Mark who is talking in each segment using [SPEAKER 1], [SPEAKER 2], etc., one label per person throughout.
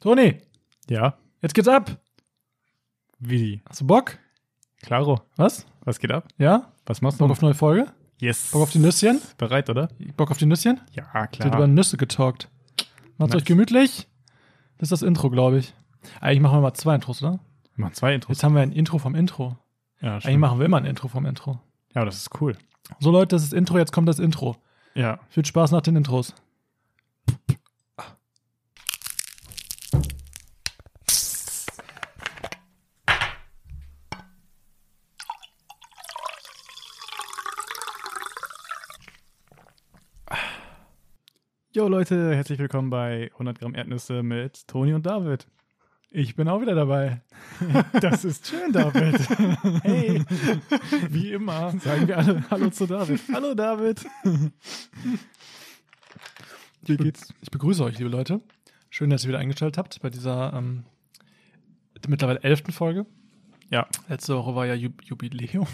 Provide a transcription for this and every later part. [SPEAKER 1] Toni,
[SPEAKER 2] Ja.
[SPEAKER 1] jetzt geht's ab.
[SPEAKER 2] Wie?
[SPEAKER 1] Hast du Bock?
[SPEAKER 2] Klaro.
[SPEAKER 1] Was?
[SPEAKER 2] Was geht ab?
[SPEAKER 1] Ja?
[SPEAKER 2] Was machst du?
[SPEAKER 1] Bock auf neue Folge?
[SPEAKER 2] yes.
[SPEAKER 1] Bock auf die Nüsschen?
[SPEAKER 2] Bereit, oder?
[SPEAKER 1] Bock auf die Nüsschen?
[SPEAKER 2] Ja,
[SPEAKER 1] Es wird über Nüsse getalkt. Macht's
[SPEAKER 2] Nice.
[SPEAKER 1] euch gemütlich. Das ist das Intro, glaube ich. Eigentlich machen wir mal zwei Intros, oder?
[SPEAKER 2] Machen zwei Intros.
[SPEAKER 1] Jetzt haben wir ein Intro vom Intro.
[SPEAKER 2] Ja,
[SPEAKER 1] Eigentlich machen wir immer ein Intro vom Intro.
[SPEAKER 2] ja, das ist cool.
[SPEAKER 1] So Leute, das ist Intro, jetzt kommt das Intro.
[SPEAKER 2] Ja.
[SPEAKER 1] Viel Spaß nach den Intros.
[SPEAKER 2] Jo Leute, herzlich willkommen bei 100 Gramm Erdnüsse mit Toni und David.
[SPEAKER 1] Ich bin auch wieder dabei.
[SPEAKER 2] Das ist schön, David.
[SPEAKER 1] Hey, wie immer sagen wir alle Hallo zu David.
[SPEAKER 2] Hallo, David. Wie geht's?
[SPEAKER 1] Ich begrüße euch, liebe Leute. Schön, dass ihr wieder eingeschaltet habt bei dieser ähm, mittlerweile elften Folge.
[SPEAKER 2] Ja.
[SPEAKER 1] Letzte Woche war ja Ju Jubiläum.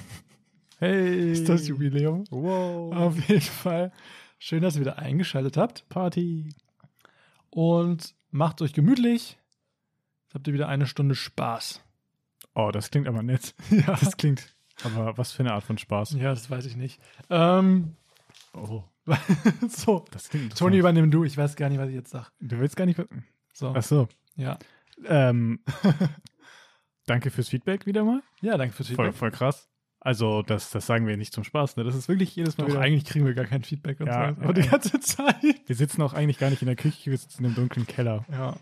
[SPEAKER 2] Hey. Oh.
[SPEAKER 1] Ist das Jubiläum?
[SPEAKER 2] Wow.
[SPEAKER 1] Auf jeden Fall. Schön, dass ihr wieder eingeschaltet habt.
[SPEAKER 2] Party.
[SPEAKER 1] Und macht euch gemütlich. Jetzt habt ihr wieder eine Stunde Spaß.
[SPEAKER 2] Oh, das klingt aber nett.
[SPEAKER 1] Ja,
[SPEAKER 2] Das klingt. Aber was für eine Art von Spaß.
[SPEAKER 1] ja das weiß ich nicht. Ähm,
[SPEAKER 2] Oh,
[SPEAKER 1] so,
[SPEAKER 2] das klingt.
[SPEAKER 1] Toni,
[SPEAKER 2] interessant.
[SPEAKER 1] übernimm du. Ich weiß gar nicht, was ich jetzt sage.
[SPEAKER 2] du willst gar nicht.
[SPEAKER 1] So,
[SPEAKER 2] Ach so.
[SPEAKER 1] ja.
[SPEAKER 2] Ähm, danke fürs Feedback wieder mal.
[SPEAKER 1] Ja, danke fürs
[SPEAKER 2] Voll,
[SPEAKER 1] Feedback.
[SPEAKER 2] voll krass. Also, das, das sagen wir nicht zum Spaß. Ne? Das ist wirklich jedes Mal
[SPEAKER 1] Doch,
[SPEAKER 2] wieder.
[SPEAKER 1] eigentlich kriegen wir gar kein Feedback und
[SPEAKER 2] Ja,
[SPEAKER 1] so. Aber die
[SPEAKER 2] ja.
[SPEAKER 1] ganze Zeit.
[SPEAKER 2] Wir sitzen auch eigentlich gar nicht in der Küche, wir sitzen im dunklen Keller.
[SPEAKER 1] Ja,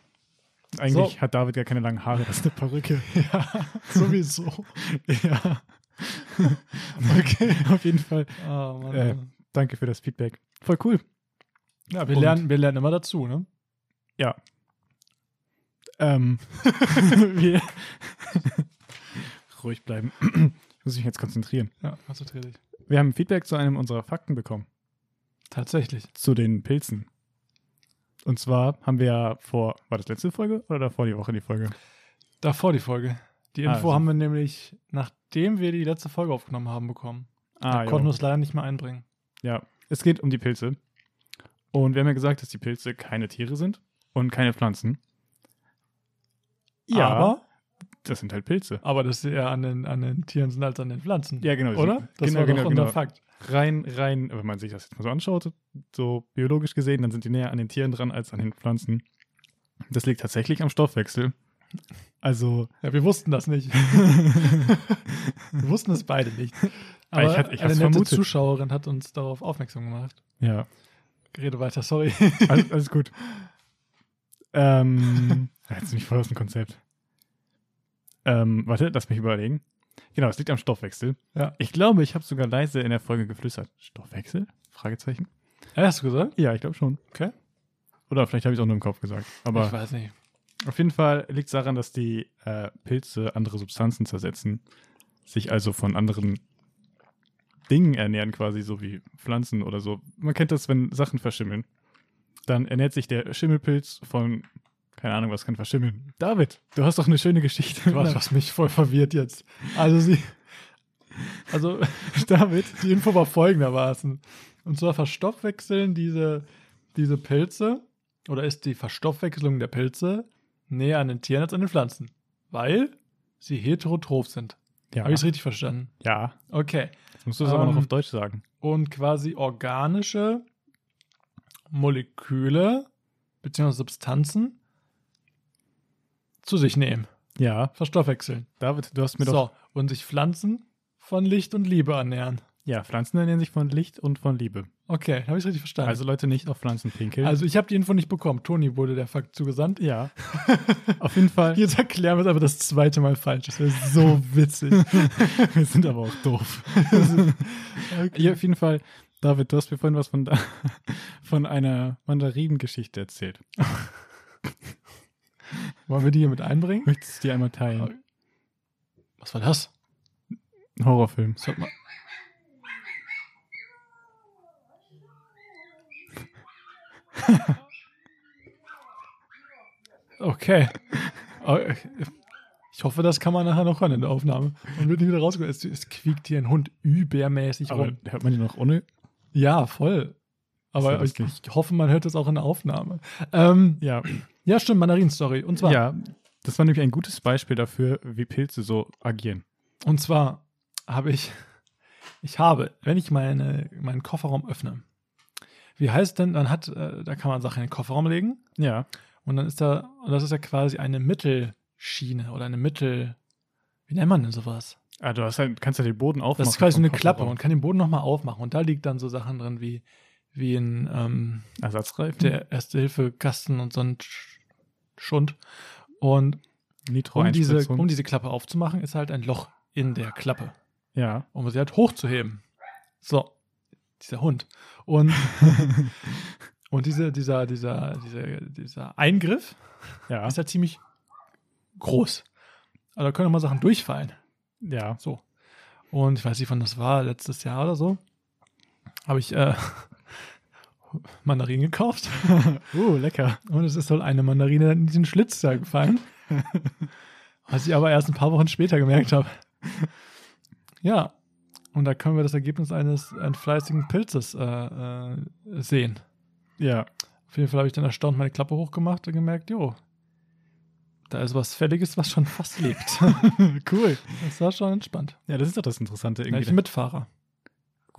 [SPEAKER 2] Eigentlich
[SPEAKER 1] So.
[SPEAKER 2] hat David gar keine langen Haare, das ist eine Perücke.
[SPEAKER 1] ja sowieso.
[SPEAKER 2] ja. okay, auf jeden Fall.
[SPEAKER 1] Oh, Mann.
[SPEAKER 2] Äh, Danke für das Feedback. Voll cool.
[SPEAKER 1] ja, wir
[SPEAKER 2] und-
[SPEAKER 1] lernen, wir lernen immer dazu, ne?
[SPEAKER 2] Ähm, wir Ruhig bleiben. ich muss mich jetzt konzentrieren.
[SPEAKER 1] Ja, konzentrier dich.
[SPEAKER 2] Wir haben Feedback zu einem unserer Fakten bekommen.
[SPEAKER 1] Tatsächlich.
[SPEAKER 2] zu den Pilzen. Und zwar haben wir ja vor, war das letzte Folge oder davor die Woche die Folge?
[SPEAKER 1] Davor die Folge. Die Info
[SPEAKER 2] Also.
[SPEAKER 1] haben wir nämlich, nachdem wir die letzte Folge aufgenommen haben, bekommen.
[SPEAKER 2] Ah,
[SPEAKER 1] Konnten wir
[SPEAKER 2] jo.
[SPEAKER 1] es leider nicht mehr einbringen.
[SPEAKER 2] ja. Es geht um die Pilze. Und wir haben ja gesagt, dass die Pilze keine Tiere sind und keine Pflanzen. Aber
[SPEAKER 1] Aber,
[SPEAKER 2] das sind halt Pilze.
[SPEAKER 1] aber das ist eher an den, an den Tieren sind als an den Pflanzen.
[SPEAKER 2] Ja, genau. die
[SPEAKER 1] Oder?
[SPEAKER 2] Sind,
[SPEAKER 1] Das
[SPEAKER 2] genau,
[SPEAKER 1] war doch
[SPEAKER 2] genau,
[SPEAKER 1] unser
[SPEAKER 2] genau.
[SPEAKER 1] Fakt.
[SPEAKER 2] Rein, rein, wenn man sich das jetzt mal so anschaut, so biologisch gesehen, dann sind die näher an den Tieren dran als an den Pflanzen. Das liegt tatsächlich am Stoffwechsel. Also,
[SPEAKER 1] Ja, wir wussten das nicht. wir wussten es beide nicht.
[SPEAKER 2] Ah,
[SPEAKER 1] Aber
[SPEAKER 2] ich hatte- ich
[SPEAKER 1] eine
[SPEAKER 2] hab's
[SPEAKER 1] nette
[SPEAKER 2] vermutet.
[SPEAKER 1] Zuschauerin hat uns darauf aufmerksam gemacht.
[SPEAKER 2] ja,
[SPEAKER 1] Rede weiter, sorry.
[SPEAKER 2] Alles, alles gut. ähm, jetzt bin ich voll aus dem Konzept. Ähm, warte, lass mich überlegen. Genau, es liegt am Stoffwechsel.
[SPEAKER 1] Ja.
[SPEAKER 2] Ich glaube, ich habe sogar leise in der Folge geflüstert. Stoffwechsel? Fragezeichen?
[SPEAKER 1] Ja, hast du gesagt?
[SPEAKER 2] Ja, ich glaube schon.
[SPEAKER 1] Okay.
[SPEAKER 2] Oder vielleicht habe ich es auch nur im Kopf gesagt.
[SPEAKER 1] ich
[SPEAKER 2] Aber
[SPEAKER 1] weiß nicht.
[SPEAKER 2] auf jeden Fall liegt es daran, dass die äh, Pilze andere Substanzen zersetzen, sich also von anderen Dingen ernähren, quasi so wie Pflanzen oder so. Man kennt das, wenn Sachen verschimmeln. Dann ernährt sich der Schimmelpilz von, keine Ahnung, was kann verschimmeln. David, du hast doch eine schöne Geschichte.
[SPEAKER 1] Du hast, du hast mich voll verwirrt jetzt. Also sie. Also, damit, die Info war folgendermaßen. Und zwar verstoffwechseln diese, diese Pilze oder ist die Verstoffwechselung der Pilze näher an den Tieren als an den Pflanzen, weil sie heterotroph sind.
[SPEAKER 2] ja,
[SPEAKER 1] Habe ich es richtig verstanden?
[SPEAKER 2] ja,
[SPEAKER 1] Okay.
[SPEAKER 2] jetzt musst du es aber
[SPEAKER 1] Ähm,
[SPEAKER 2] noch auf Deutsch sagen.
[SPEAKER 1] Und quasi organische Moleküle bzw. Substanzen zu sich nehmen,
[SPEAKER 2] Ja,
[SPEAKER 1] verstoffwechseln.
[SPEAKER 2] David, du hast mir doch.
[SPEAKER 1] So, und sich Pflanzen von Licht und Liebe ernähren.
[SPEAKER 2] Ja, Pflanzen ernähren sich von Licht und von Liebe.
[SPEAKER 1] Okay, habe ich richtig verstanden.
[SPEAKER 2] Also Leute, nicht auf Pflanzen pinkeln.
[SPEAKER 1] also ich habe die Info nicht bekommen. Toni wurde der Fakt zugesandt.
[SPEAKER 2] ja. auf jeden Fall.
[SPEAKER 1] Jetzt erklären wir es aber das zweite Mal falsch. Das wäre so witzig.
[SPEAKER 2] Wir sind aber auch doof. Ja, auf jeden Fall, David, du hast mir vorhin was von, da- von einer Mandarinengeschichte erzählt.
[SPEAKER 1] Wollen wir die hier mit einbringen?
[SPEAKER 2] Möchtest du die einmal teilen?
[SPEAKER 1] Was war das?
[SPEAKER 2] Äh, Horrorfilm.
[SPEAKER 1] Das hört man. Okay. Aber ich- Ich hoffe, das kann man nachher noch hören in der Aufnahme. Und wird nicht wieder rausgekommen. Es, es quiekt hier ein Hund übermäßig
[SPEAKER 2] Aber
[SPEAKER 1] rum.
[SPEAKER 2] hört man die noch ohne?
[SPEAKER 1] Ja, voll. Aber
[SPEAKER 2] Ist
[SPEAKER 1] ich,
[SPEAKER 2] ja
[SPEAKER 1] ich hoffe, man hört das auch in der Aufnahme. Ähm,
[SPEAKER 2] Ja,
[SPEAKER 1] ja, stimmt, Mandarin-Story. Und zwar,
[SPEAKER 2] ja, das war nämlich ein gutes Beispiel dafür, wie Pilze so agieren.
[SPEAKER 1] und zwar habe ich, ich habe, wenn ich meine, meinen Kofferraum öffne, wie heißt denn, dann hat, äh, da kann man Sachen in den Kofferraum legen
[SPEAKER 2] Ja,
[SPEAKER 1] und dann ist da, und das ist ja quasi eine Mittelschiene oder eine Mittel, wie nennt man denn sowas?
[SPEAKER 2] ah, du hast halt, kannst ja den Boden aufmachen.
[SPEAKER 1] Das ist quasi
[SPEAKER 2] vom
[SPEAKER 1] eine Klappe
[SPEAKER 2] Kofferraum.
[SPEAKER 1] und kann den Boden nochmal aufmachen und da liegt dann so Sachen drin wie, wie ein, ähm,
[SPEAKER 2] Ersatzreifen,
[SPEAKER 1] der Erste-Hilfe-Kasten und so ein Sch- Schund. Und
[SPEAKER 2] nitro
[SPEAKER 1] um diese, um diese Klappe aufzumachen, ist halt ein Loch in der Klappe,
[SPEAKER 2] Ja,
[SPEAKER 1] um sie halt hochzuheben. So, dieser Hund. Und, und diese, dieser, dieser, dieser, dieser Eingriff
[SPEAKER 2] ja,
[SPEAKER 1] ist ja ziemlich groß. Also da können auch mal Sachen durchfallen.
[SPEAKER 2] ja.
[SPEAKER 1] So. Und ich weiß nicht, wann das war, letztes Jahr oder so, habe ich äh, Mandarinen gekauft.
[SPEAKER 2] Uh, lecker.
[SPEAKER 1] Und es ist wohl eine Mandarine in diesen Schlitz da gefallen. was ich aber erst ein paar Wochen später gemerkt habe. Ja, und da können wir das Ergebnis eines, eines fleißigen Pilzes äh, äh, sehen.
[SPEAKER 2] Ja,
[SPEAKER 1] Auf jeden Fall habe ich dann erstaunt meine Klappe hochgemacht und gemerkt, jo, da ist was Fälliges, was schon fast lebt.
[SPEAKER 2] cool.
[SPEAKER 1] das war schon entspannt.
[SPEAKER 2] Ja, das ist doch das Interessante
[SPEAKER 1] Da hatte ich
[SPEAKER 2] irgendwie.
[SPEAKER 1] einen Mitfahrer.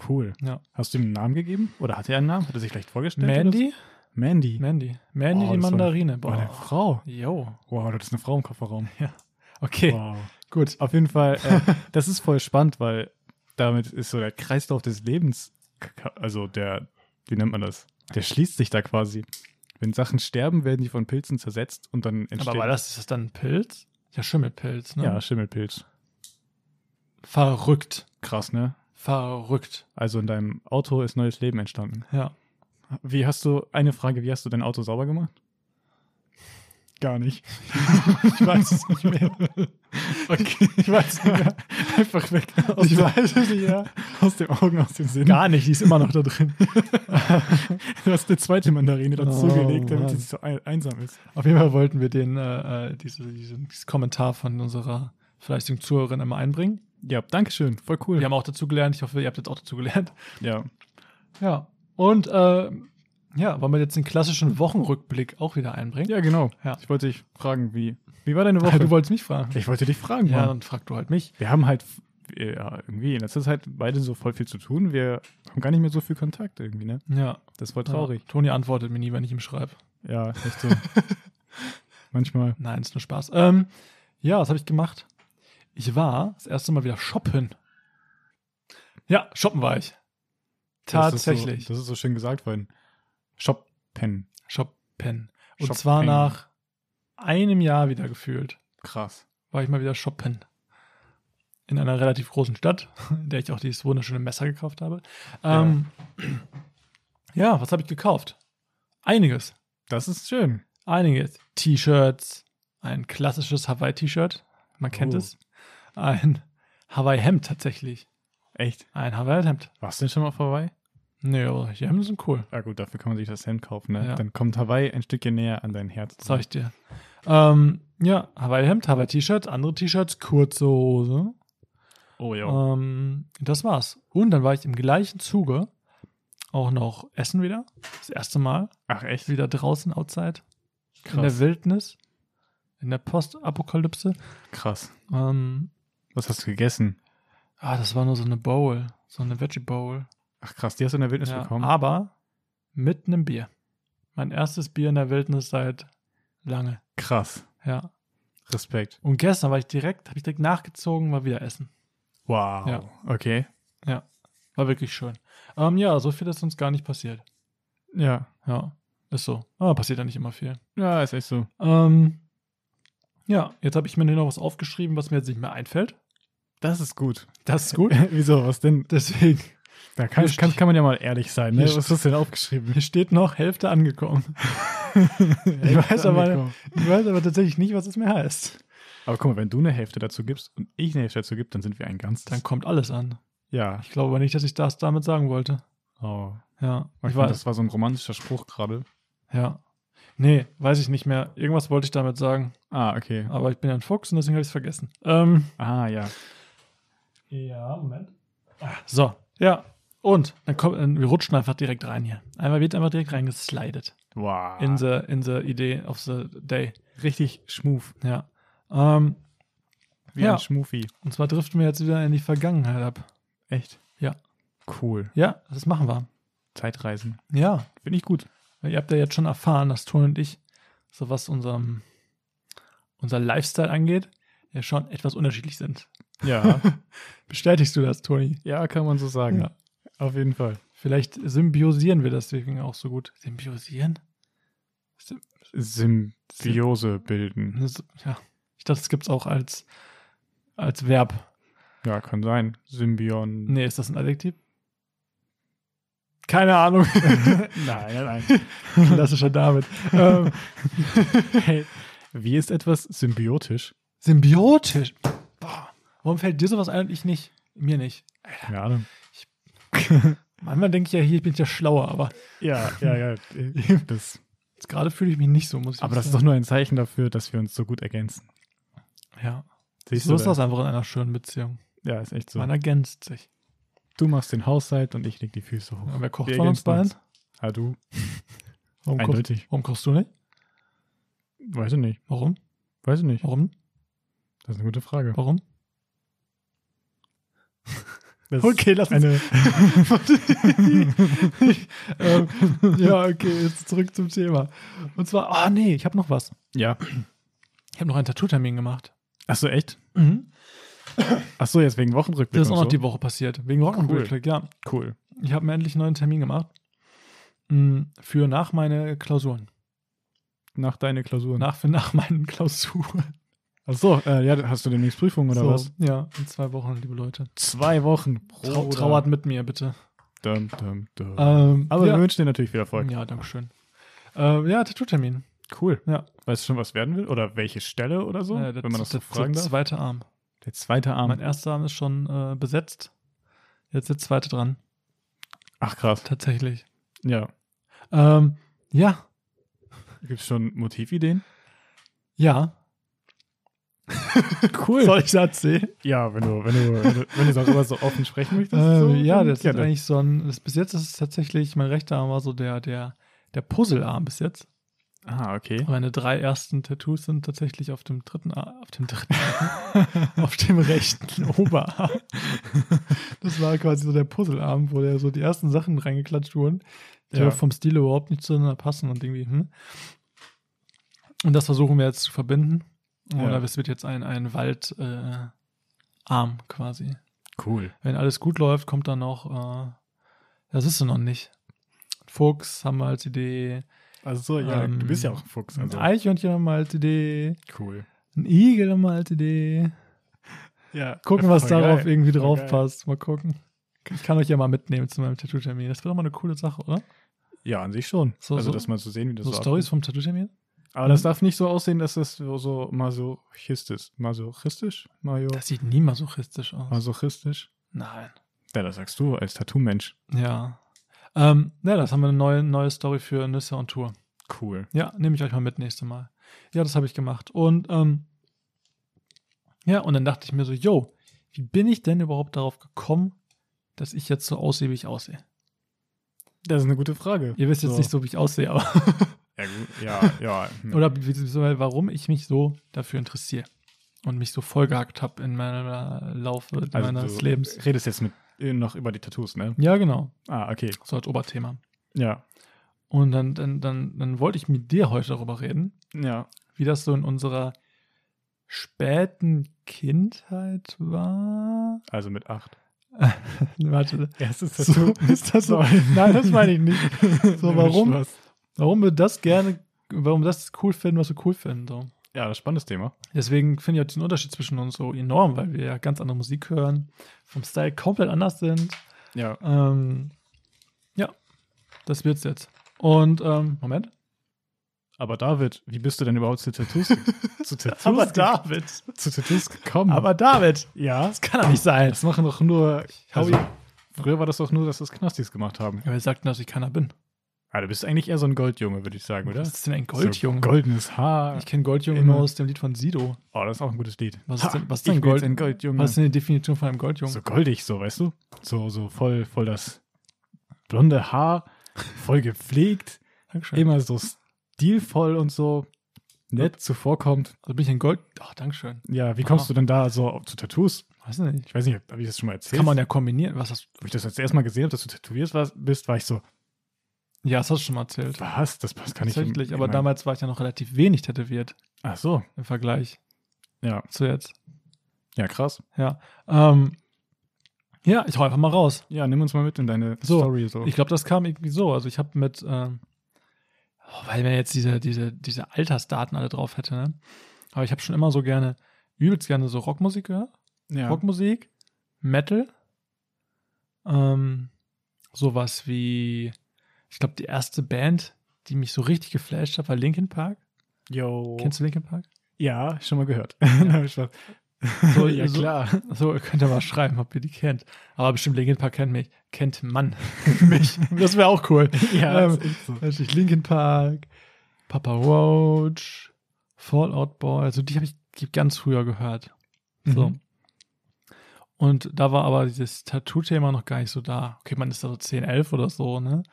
[SPEAKER 2] cool.
[SPEAKER 1] Ja.
[SPEAKER 2] Hast du ihm einen Namen gegeben? Oder hat er einen Namen? Hat er sich vielleicht vorgestellt? oder
[SPEAKER 1] Mandy?
[SPEAKER 2] so? Mandy.
[SPEAKER 1] Mandy. Mandy die
[SPEAKER 2] Oh, das war eine-
[SPEAKER 1] Mandarine.
[SPEAKER 2] Boah, eine
[SPEAKER 1] Boah.
[SPEAKER 2] Frau.
[SPEAKER 1] Jo.
[SPEAKER 2] Wow, das ist eine Frau im Kofferraum.
[SPEAKER 1] Okay,
[SPEAKER 2] Wow.
[SPEAKER 1] gut.
[SPEAKER 2] Auf jeden Fall, äh, das ist voll spannend, weil damit ist so der Kreislauf des Lebens, k- also der, wie nennt man das? Der schließt sich da quasi. Wenn Sachen sterben, werden die von Pilzen zersetzt und dann entsteht.
[SPEAKER 1] Aber war das, ist das dann ein Pilz? Ja, Schimmelpilz, ne?
[SPEAKER 2] Ja, Schimmelpilz.
[SPEAKER 1] Verrückt.
[SPEAKER 2] Krass, ne?
[SPEAKER 1] Verrückt.
[SPEAKER 2] Also in deinem Auto ist neues Leben entstanden.
[SPEAKER 1] Ja.
[SPEAKER 2] Wie hast du, eine Frage, wie hast du dein Auto sauber gemacht? Gar nicht.
[SPEAKER 1] Ich weiß es nicht mehr.
[SPEAKER 2] Okay,
[SPEAKER 1] Ich weiß es nicht mehr.
[SPEAKER 2] einfach weg. Aus,
[SPEAKER 1] Ich
[SPEAKER 2] dem,
[SPEAKER 1] weiß es nicht mehr.
[SPEAKER 2] aus dem Augen, aus dem Sinn.
[SPEAKER 1] Gar nicht, die ist immer noch da drin.
[SPEAKER 2] Du hast eine zweite Mandarine dazugelegt,
[SPEAKER 1] Oh,
[SPEAKER 2] damit
[SPEAKER 1] Mann.
[SPEAKER 2] sie nicht so ein, einsam ist.
[SPEAKER 1] Auf jeden Fall wollten wir den, äh, äh, diese, diesen, dieses Kommentar von unserer fleißigen Zuhörerin einmal einbringen.
[SPEAKER 2] Ja, Dankeschön. Voll cool.
[SPEAKER 1] Wir haben auch dazu gelernt. Ich hoffe, ihr habt jetzt auch dazu gelernt.
[SPEAKER 2] ja.
[SPEAKER 1] Ja. Und äh, ja, wollen wir jetzt den klassischen Wochenrückblick auch wieder einbringen?
[SPEAKER 2] Ja, genau.
[SPEAKER 1] Ja.
[SPEAKER 2] Ich wollte dich fragen, wie, wie war deine
[SPEAKER 1] Ah,
[SPEAKER 2] Woche?
[SPEAKER 1] du wolltest mich fragen.
[SPEAKER 2] ich wollte dich fragen,
[SPEAKER 1] Ja,
[SPEAKER 2] Mann.
[SPEAKER 1] dann frag du halt mich.
[SPEAKER 2] Wir haben halt äh, ja, irgendwie in letzter Zeit beide so voll viel zu tun. Wir haben gar nicht mehr so viel Kontakt irgendwie, ne?
[SPEAKER 1] Ja.
[SPEAKER 2] Das ist voll traurig.
[SPEAKER 1] Ja. Toni antwortet mir nie, wenn ich ihm schreibe.
[SPEAKER 2] Ja, echt so. Manchmal.
[SPEAKER 1] Nein, ist nur Spaß. Ähm, ja, was habe ich gemacht? Ich war das erste Mal wieder shoppen. Ja, shoppen war ich. Tatsächlich.
[SPEAKER 2] Das ist so, das ist so schön gesagt worden. Shoppen.
[SPEAKER 1] Shoppen. Und
[SPEAKER 2] Shoppen.
[SPEAKER 1] zwar nach einem Jahr wieder gefühlt,
[SPEAKER 2] Krass.
[SPEAKER 1] war ich mal wieder shoppen. In einer relativ großen Stadt, in der ich auch dieses wunderschöne Messer gekauft habe. Ähm, ja. was habe ich gekauft? Einiges.
[SPEAKER 2] Das ist schön.
[SPEAKER 1] Einiges. T-Shirts, ein klassisches Hawaii-T-Shirt, man kennt
[SPEAKER 2] Oh.
[SPEAKER 1] es. Ein Hawaii-Hemd tatsächlich.
[SPEAKER 2] Echt?
[SPEAKER 1] Ein Hawaii-Hemd.
[SPEAKER 2] Warst du denn schon mal vorbei?
[SPEAKER 1] Nee, aber die Hemden sind cool.
[SPEAKER 2] Ja gut, dafür kann man sich das Hemd kaufen, ne?
[SPEAKER 1] Ja.
[SPEAKER 2] Dann kommt Hawaii ein Stückchen näher an dein Herz.
[SPEAKER 1] Zeig ich dir. Ähm, ja, Hawaii-Hemd, Hawaii-T-Shirt, andere T-Shirts, kurze Hose.
[SPEAKER 2] Oh ja.
[SPEAKER 1] Ähm, das war's. Und dann war ich im gleichen Zuge auch noch essen wieder. Das erste Mal.
[SPEAKER 2] Ach echt?
[SPEAKER 1] Wieder draußen, outside. In der
[SPEAKER 2] Krass.
[SPEAKER 1] Wildnis. In der Postapokalypse.
[SPEAKER 2] Krass.
[SPEAKER 1] Ähm,
[SPEAKER 2] Was hast du gegessen?
[SPEAKER 1] ah, das war nur so eine Bowl. So eine Veggie-Bowl.
[SPEAKER 2] Ach krass, die hast du in der Wildnis
[SPEAKER 1] Ja,
[SPEAKER 2] bekommen.
[SPEAKER 1] aber mit einem Bier. Mein erstes Bier in der Wildnis seit lange.
[SPEAKER 2] Krass.
[SPEAKER 1] Ja.
[SPEAKER 2] Respekt.
[SPEAKER 1] Und gestern war ich direkt, habe ich direkt nachgezogen, war wieder essen.
[SPEAKER 2] Wow.
[SPEAKER 1] Ja.
[SPEAKER 2] Okay.
[SPEAKER 1] War wirklich schön. Ähm, ja, so viel ist uns gar nicht passiert.
[SPEAKER 2] Ja.
[SPEAKER 1] Ja, ist so. Aber passiert ja nicht immer viel.
[SPEAKER 2] Ja, ist echt so.
[SPEAKER 1] Ähm, ja, jetzt habe ich mir noch was aufgeschrieben, was mir jetzt nicht mehr einfällt.
[SPEAKER 2] Das ist gut.
[SPEAKER 1] Das ist gut.
[SPEAKER 2] Wieso? Was denn?
[SPEAKER 1] Deswegen,
[SPEAKER 2] Da kann,
[SPEAKER 1] Hier
[SPEAKER 2] kann,
[SPEAKER 1] steht-
[SPEAKER 2] kann man ja mal ehrlich sein, ne?
[SPEAKER 1] Hier
[SPEAKER 2] Was hast du denn aufgeschrieben?
[SPEAKER 1] hier steht noch Hälfte angekommen.
[SPEAKER 2] ich
[SPEAKER 1] weiß aber- Ich weiß aber tatsächlich nicht, was es mehr heißt.
[SPEAKER 2] Aber guck mal, wenn du eine Hälfte dazu gibst und ich eine Hälfte dazu gebe, dann sind wir ein Ganzes.
[SPEAKER 1] Dann kommt alles an.
[SPEAKER 2] ja.
[SPEAKER 1] Ich glaube aber nicht, dass ich das damit sagen wollte.
[SPEAKER 2] Oh.
[SPEAKER 1] Ja,
[SPEAKER 2] Ich
[SPEAKER 1] ich
[SPEAKER 2] fand,
[SPEAKER 1] weiß.
[SPEAKER 2] das war so ein romantischer Spruch gerade.
[SPEAKER 1] Ja. Nee, weiß ich nicht mehr. Irgendwas wollte ich damit sagen.
[SPEAKER 2] Ah, okay.
[SPEAKER 1] Aber ich bin ja ein Fuchs und deswegen habe ich es vergessen. Ähm,
[SPEAKER 2] Ah, ja.
[SPEAKER 1] Ja, Moment. Ah, so, ja. Und dann kommt, dann, wir rutschen einfach direkt rein hier. Einmal wird einfach direkt reingeslidet.
[SPEAKER 2] Wow.
[SPEAKER 1] In the, in the Idee of the Day.
[SPEAKER 2] Richtig schmuf.
[SPEAKER 1] Ja. Ähm,
[SPEAKER 2] Wie
[SPEAKER 1] Ja.
[SPEAKER 2] ein Schmufi.
[SPEAKER 1] und zwar driften wir jetzt wieder in die Vergangenheit ab.
[SPEAKER 2] Echt?
[SPEAKER 1] Ja.
[SPEAKER 2] Cool.
[SPEAKER 1] Ja, das machen wir.
[SPEAKER 2] Zeitreisen.
[SPEAKER 1] Ja.
[SPEAKER 2] Finde ich gut.
[SPEAKER 1] Weil Ihr habt ja jetzt schon erfahren, dass Ton und ich, so was unserem, unser Lifestyle angeht, ja schon etwas unterschiedlich sind.
[SPEAKER 2] Ja.
[SPEAKER 1] Bestätigst du das, Toni?
[SPEAKER 2] ja, kann man so sagen.
[SPEAKER 1] Ja.
[SPEAKER 2] Auf jeden Fall.
[SPEAKER 1] Vielleicht symbiosieren wir deswegen auch so gut. Symbiosieren?
[SPEAKER 2] Symbiose bilden.
[SPEAKER 1] Das- Ja, ich dachte, das gibt's auch als, als Verb.
[SPEAKER 2] Ja, kann sein. Symbion.
[SPEAKER 1] Nee, ist das ein Adjektiv? Keine Ahnung.
[SPEAKER 2] nein, nein.
[SPEAKER 1] Klassischer David. ähm,
[SPEAKER 2] hey, wie ist etwas symbiotisch?
[SPEAKER 1] symbiotisch. Boah, warum fällt dir sowas ein und ich nicht? Mir nicht.
[SPEAKER 2] Keine Ahnung.
[SPEAKER 1] Manchmal denke ich ja hier, ich bin ja schlauer, aber
[SPEAKER 2] Ja, ja, ja. Das,
[SPEAKER 1] Jetzt gerade fühle ich mich nicht so, muss ich
[SPEAKER 2] aber das ist doch
[SPEAKER 1] sagen.
[SPEAKER 2] nur ein Zeichen dafür, dass wir uns so gut ergänzen.
[SPEAKER 1] Ja.
[SPEAKER 2] Siehst
[SPEAKER 1] So
[SPEAKER 2] du
[SPEAKER 1] ist das einfach in einer schönen Beziehung.
[SPEAKER 2] Ja, ist echt so.
[SPEAKER 1] Man ergänzt sich.
[SPEAKER 2] Du machst den Haushalt und ich leg die Füße hoch.
[SPEAKER 1] Und wer kocht
[SPEAKER 2] Wir
[SPEAKER 1] von uns
[SPEAKER 2] ergänzen
[SPEAKER 1] beiden?
[SPEAKER 2] uns. Ah, du?
[SPEAKER 1] Warum kochst,
[SPEAKER 2] Eindeutig.
[SPEAKER 1] warum kochst du nicht?
[SPEAKER 2] Weiß ich nicht.
[SPEAKER 1] Warum?
[SPEAKER 2] Weiß ich nicht.
[SPEAKER 1] Warum?
[SPEAKER 2] Das ist eine gute Frage.
[SPEAKER 1] Warum?
[SPEAKER 2] Das
[SPEAKER 1] Okay, lass
[SPEAKER 2] ist eine.
[SPEAKER 1] ähm, ja, okay, jetzt zurück zum Thema. Und zwar, ah nee, ich habe noch was.
[SPEAKER 2] ja.
[SPEAKER 1] Ich habe noch einen Tattoo-Termin gemacht.
[SPEAKER 2] Achso, echt?
[SPEAKER 1] Mhm.
[SPEAKER 2] Achso, jetzt wegen Wochenrückblick.
[SPEAKER 1] Das ist
[SPEAKER 2] und
[SPEAKER 1] auch noch
[SPEAKER 2] so.
[SPEAKER 1] die Woche passiert. Wegen Rock'n'Roll-Click, ja.
[SPEAKER 2] Cool.
[SPEAKER 1] Ich habe mir endlich einen neuen Termin gemacht. Mhm, Für nach meine Klausuren.
[SPEAKER 2] Nach deine Klausuren.
[SPEAKER 1] Nach, für nach meinen Klausuren.
[SPEAKER 2] Achso, äh, ja, hast du demnächst Prüfung oder
[SPEAKER 1] so,
[SPEAKER 2] was?
[SPEAKER 1] Ja, in zwei Wochen, liebe Leute.
[SPEAKER 2] Zwei Wochen.
[SPEAKER 1] Trau trauert mit mir, bitte.
[SPEAKER 2] Dum, dum, dum.
[SPEAKER 1] Ähm,
[SPEAKER 2] Aber wir
[SPEAKER 1] ja.
[SPEAKER 2] wünschen dir natürlich viel Erfolg.
[SPEAKER 1] ja, danke schön. Ähm, ja, Tattoo-Termin.
[SPEAKER 2] Cool.
[SPEAKER 1] Ja.
[SPEAKER 2] Weißt du schon, was werden will? Oder welche Stelle oder so?
[SPEAKER 1] Äh,
[SPEAKER 2] wenn man das so
[SPEAKER 1] der,
[SPEAKER 2] fragen
[SPEAKER 1] der
[SPEAKER 2] darf.
[SPEAKER 1] zweite Arm.
[SPEAKER 2] Der zweite Arm.
[SPEAKER 1] Mein erster Arm ist schon äh, besetzt. Jetzt der zweite dran.
[SPEAKER 2] Ach krass.
[SPEAKER 1] Tatsächlich.
[SPEAKER 2] Ja.
[SPEAKER 1] Ähm, ja,
[SPEAKER 2] Gibt es schon Motivideen?
[SPEAKER 1] ja.
[SPEAKER 2] cool.
[SPEAKER 1] Soll ich das sehen?
[SPEAKER 2] Ja, wenn du, wenn du, wenn du, wenn du darüber so offen sprechen möchtest. so,
[SPEAKER 1] Ähm, ja,
[SPEAKER 2] dann
[SPEAKER 1] das ist
[SPEAKER 2] gerne.
[SPEAKER 1] eigentlich so ein. Das, bis jetzt ist es tatsächlich, mein rechter Arm war so der, der, der Puzzlearm bis jetzt.
[SPEAKER 2] Ah, okay.
[SPEAKER 1] Meine drei ersten Tattoos sind tatsächlich auf dem dritten, Ar- auf dem dritten, auf dem rechten Oberarm. Das war quasi so der Puzzlearm, wo der so die ersten Sachen reingeklatscht wurden, die
[SPEAKER 2] Ja.
[SPEAKER 1] aber vom Stil überhaupt nicht zueinander passen und irgendwie, hm. Und das versuchen wir jetzt zu verbinden.
[SPEAKER 2] Ja.
[SPEAKER 1] Oder es wird jetzt ein, ein Waldarm äh, Arm quasi.
[SPEAKER 2] Cool.
[SPEAKER 1] Wenn alles gut läuft, kommt dann noch, äh, das ist so noch nicht. Fuchs haben wir als Idee,
[SPEAKER 2] Also so, ja, du bist ja auch ein Fuchs.
[SPEAKER 1] ein
[SPEAKER 2] Also.
[SPEAKER 1] Eichhörnchen haben wir als Idee.
[SPEAKER 2] Cool.
[SPEAKER 1] Ein Igel haben wir als Idee.
[SPEAKER 2] Ja.
[SPEAKER 1] Gucken, was darauf irgendwie
[SPEAKER 2] Voll
[SPEAKER 1] drauf
[SPEAKER 2] geil.
[SPEAKER 1] passt. Mal gucken. Ich kann euch ja mal mitnehmen zu meinem Tattoo-Termin. Das wäre doch mal eine coole Sache, oder?
[SPEAKER 2] Ja, an sich schon.
[SPEAKER 1] So-
[SPEAKER 2] also,
[SPEAKER 1] so-
[SPEAKER 2] dass man zu sehen, wie das
[SPEAKER 1] So
[SPEAKER 2] so Mhm.
[SPEAKER 1] Stories vom Tattoo-Termin?
[SPEAKER 2] abgeht. Aber das darf nicht so aussehen, dass das so, so masochistisch. Masochistisch? Majo,
[SPEAKER 1] Das sieht nie masochistisch aus.
[SPEAKER 2] Also- masochistisch?
[SPEAKER 1] Nein.
[SPEAKER 2] Ja, das sagst du als Tattoo-Mensch.
[SPEAKER 1] Ja. Ähm, na, das haben wir eine neue, neue Story für Nüsse on Tour.
[SPEAKER 2] Cool.
[SPEAKER 1] Ja, nehme ich euch mal mit nächste Mal. Ja, das habe ich gemacht. Und ähm, ja, und dann dachte ich mir so, yo, wie bin ich denn überhaupt darauf gekommen, dass ich jetzt so aussehe, wie ich aussehe?
[SPEAKER 2] Das ist eine gute Frage.
[SPEAKER 1] Ihr wisst jetzt nicht so, wie ich aussehe, aber
[SPEAKER 2] Ja, gut, ja. ja hm.
[SPEAKER 1] Oder beziehungsweise warum ich mich so dafür interessiere und mich so vollgehackt habe in meiner Laufe
[SPEAKER 2] Also
[SPEAKER 1] meines
[SPEAKER 2] du
[SPEAKER 1] Lebens.
[SPEAKER 2] redest jetzt mit, äh, noch über die Tattoos, ne?
[SPEAKER 1] Ja, genau.
[SPEAKER 2] Ah, okay.
[SPEAKER 1] So als Oberthema.
[SPEAKER 2] Ja.
[SPEAKER 1] Und dann, dann, dann, dann wollte ich mit dir heute darüber reden,
[SPEAKER 2] Ja.
[SPEAKER 1] wie das so in unserer späten Kindheit war.
[SPEAKER 2] Also mit acht.
[SPEAKER 1] Warte.
[SPEAKER 2] Erstes
[SPEAKER 1] So, ist das so? Nein, das meine ich nicht. So, warum, warum wir das gerne, warum wir das cool finden, was wir cool finden. So.
[SPEAKER 2] Ja, das ist ein spannendes Thema.
[SPEAKER 1] Deswegen finde ich auch den Unterschied zwischen uns so enorm, weil wir ja ganz andere Musik hören, vom Style komplett anders sind.
[SPEAKER 2] Ja.
[SPEAKER 1] Ähm, ja, das wird's jetzt. Und, ähm, Moment.
[SPEAKER 2] Aber David, wie bist du denn überhaupt zu Tattoos, zu Tattoos,
[SPEAKER 1] David.
[SPEAKER 2] zu Tattoos gekommen?
[SPEAKER 1] Aber David.
[SPEAKER 2] ja.
[SPEAKER 1] Das kann doch nicht sein.
[SPEAKER 2] Das machen doch nur.
[SPEAKER 1] hau
[SPEAKER 2] Also, früher war das doch nur, dass das Knastis gemacht haben.
[SPEAKER 1] Ja, wir sagten, dass ich keiner bin.
[SPEAKER 2] Ah, du bist eigentlich eher so ein Goldjunge, würde ich sagen, oder?
[SPEAKER 1] Was ist denn ein
[SPEAKER 2] So
[SPEAKER 1] Goldjunge?
[SPEAKER 2] goldenes Haar.
[SPEAKER 1] ich kenne Goldjunge
[SPEAKER 2] Immer.
[SPEAKER 1] nur aus dem Lied von Sido.
[SPEAKER 2] Oh, das ist auch ein gutes Lied.
[SPEAKER 1] Was ist
[SPEAKER 2] Ha,
[SPEAKER 1] denn- was ist
[SPEAKER 2] ich
[SPEAKER 1] denn
[SPEAKER 2] bin
[SPEAKER 1] Gold-
[SPEAKER 2] jetzt ein Goldjunge?
[SPEAKER 1] Was ist denn die Definition von einem Goldjunge?
[SPEAKER 2] so goldig, so, weißt du? So, so voll, voll das blonde Haar, voll gepflegt,
[SPEAKER 1] Dankeschön.
[SPEAKER 2] immer so stilvoll und so nett zuvorkommt.
[SPEAKER 1] Also bin ich ein Gold. Ach, Dankeschön.
[SPEAKER 2] Ja, wie kommst
[SPEAKER 1] Ah.
[SPEAKER 2] du denn da so zu Tattoos?
[SPEAKER 1] Weiß nicht.
[SPEAKER 2] Ich weiß nicht, habe ich das schon mal erzählt?
[SPEAKER 1] Kann man ja kombinieren. Was hast
[SPEAKER 2] Wo ich das jetzt erstmal gesehen habe, dass du tätowiert warst, bist, war ich so,
[SPEAKER 1] Ja, das hast du schon mal erzählt.
[SPEAKER 2] was? Das passt gar nicht. in-
[SPEAKER 1] Tatsächlich,
[SPEAKER 2] in
[SPEAKER 1] aber
[SPEAKER 2] mein-
[SPEAKER 1] damals war ich ja noch relativ wenig tätowiert
[SPEAKER 2] Ach so,
[SPEAKER 1] im Vergleich
[SPEAKER 2] ja,
[SPEAKER 1] zu jetzt.
[SPEAKER 2] ja, krass.
[SPEAKER 1] Ähm, ja, ich hau einfach mal raus.
[SPEAKER 2] Ja, nimm uns mal mit in deine
[SPEAKER 1] So,
[SPEAKER 2] Story. So.
[SPEAKER 1] Ich glaube, das kam irgendwie so. Also ich habe mit, ähm, oh, weil man jetzt diese, diese, diese Altersdaten alle drauf hätte, ne? Aber ich habe schon immer so gerne, übelst gerne so Rockmusik gehört.
[SPEAKER 2] ja.
[SPEAKER 1] Rockmusik, Metal, ähm, sowas wie, ich glaube, die erste Band, die mich so richtig geflasht hat, war Linkin Park.
[SPEAKER 2] Yo.
[SPEAKER 1] Kennst du Linkin Park?
[SPEAKER 2] Ja, schon mal gehört. Nein, Spaß.
[SPEAKER 1] So,
[SPEAKER 2] ja,
[SPEAKER 1] so-
[SPEAKER 2] klar.
[SPEAKER 1] So, ihr könnt ja mal schreiben, ob ihr die kennt. Aber bestimmt Linkin Park kennt mich. Kennt man mich. Das wäre auch cool.
[SPEAKER 2] Ja,
[SPEAKER 1] Ähm,
[SPEAKER 2] das ist so.
[SPEAKER 1] Natürlich Linkin Park, Papa Roach, Fallout Boy. Also die habe ich ganz früher gehört. So.
[SPEAKER 2] Mhm.
[SPEAKER 1] Und da war aber dieses Tattoo-Thema noch gar nicht so da. Okay, man ist da so 10, 11 oder so, ne?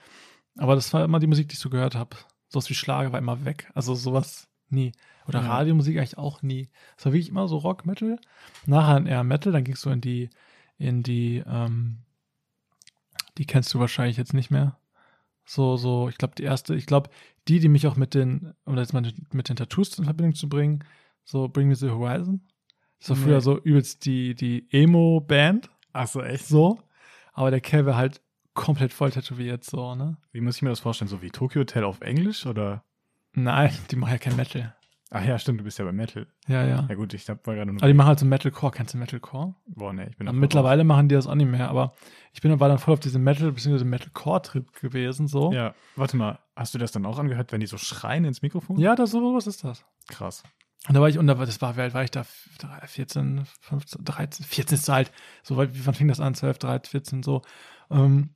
[SPEAKER 1] Aber das war immer die Musik, die ich so gehört habe. Sowas wie Schlager war immer weg. Also sowas nie. Oder
[SPEAKER 2] Ja.
[SPEAKER 1] Radiomusik eigentlich auch nie. Es war wirklich immer so Rock, Metal. Nachher eher Metal, dann gingst du in die, in die, ähm, die kennst du wahrscheinlich jetzt nicht mehr. So, so, ich glaube, die erste, ich glaube, die, die mich auch mit den, um das jetzt mal mit den Tattoos in Verbindung zu bringen, so Bring Me the Horizon. Das war früher
[SPEAKER 2] Nee.
[SPEAKER 1] so übelst die, die Emo-Band,
[SPEAKER 2] Ach so, echt?
[SPEAKER 1] so. Aber der Kerl war halt komplett voll tätowiert, so, ne?
[SPEAKER 2] Wie muss ich mir das vorstellen? So wie Tokyo Hotel auf Englisch oder?
[SPEAKER 1] Nein, die machen ja kein Metal.
[SPEAKER 2] Ach ja, stimmt, du bist ja bei Metal.
[SPEAKER 1] Ja, ja.
[SPEAKER 2] Ja gut, ich hab, war gerade nur.
[SPEAKER 1] Aber die machen halt so Metalcore. Kennst du Metalcore?
[SPEAKER 2] boah, nee, ich bin
[SPEAKER 1] Aber
[SPEAKER 2] auch-
[SPEAKER 1] äh, mittlerweile machen die das auch nicht mehr, aber ich bin war dann voll auf diesem Metal- bzw. Metalcore-Trip gewesen, so.
[SPEAKER 2] Ja, warte mal, hast du das dann auch angehört, wenn die so schreien ins Mikrofon?
[SPEAKER 1] Ja, das, so, was ist das?
[SPEAKER 2] Krass.
[SPEAKER 1] Und da war ich, und da war, das war, wie alt war ich da? F- drei- 14, 15, 13, 14 ist alt. So, weit- wann fing das an? 12, 13, 14, so. Ähm,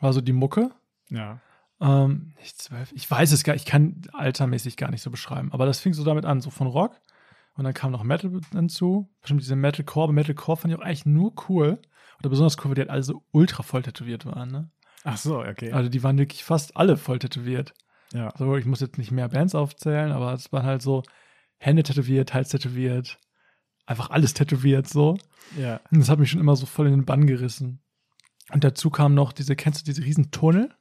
[SPEAKER 1] war so die Mucke.
[SPEAKER 2] Ja.
[SPEAKER 1] Ähm, nicht 12, ich weiß es gar ich kann altermäßig gar nicht so beschreiben. Aber das fing so damit an, so von Rock. Und dann kam noch Metal hinzu. Bestimmt diese Metalcore. Aber Metalcore fand ich auch eigentlich nur cool. Oder besonders cool, weil die halt alle so ultra voll tätowiert waren, ne?
[SPEAKER 2] Ach so, okay.
[SPEAKER 1] Also die waren wirklich fast alle voll tätowiert.
[SPEAKER 2] ja.
[SPEAKER 1] So, Also ich muss jetzt nicht mehr Bands aufzählen, aber es waren halt so Hände tätowiert, Hals tätowiert, einfach alles tätowiert so.
[SPEAKER 2] Ja.
[SPEAKER 1] Und das hat mich schon immer so voll in den Bann gerissen. Und dazu kam noch diese, kennst du diese riesen Tunnel?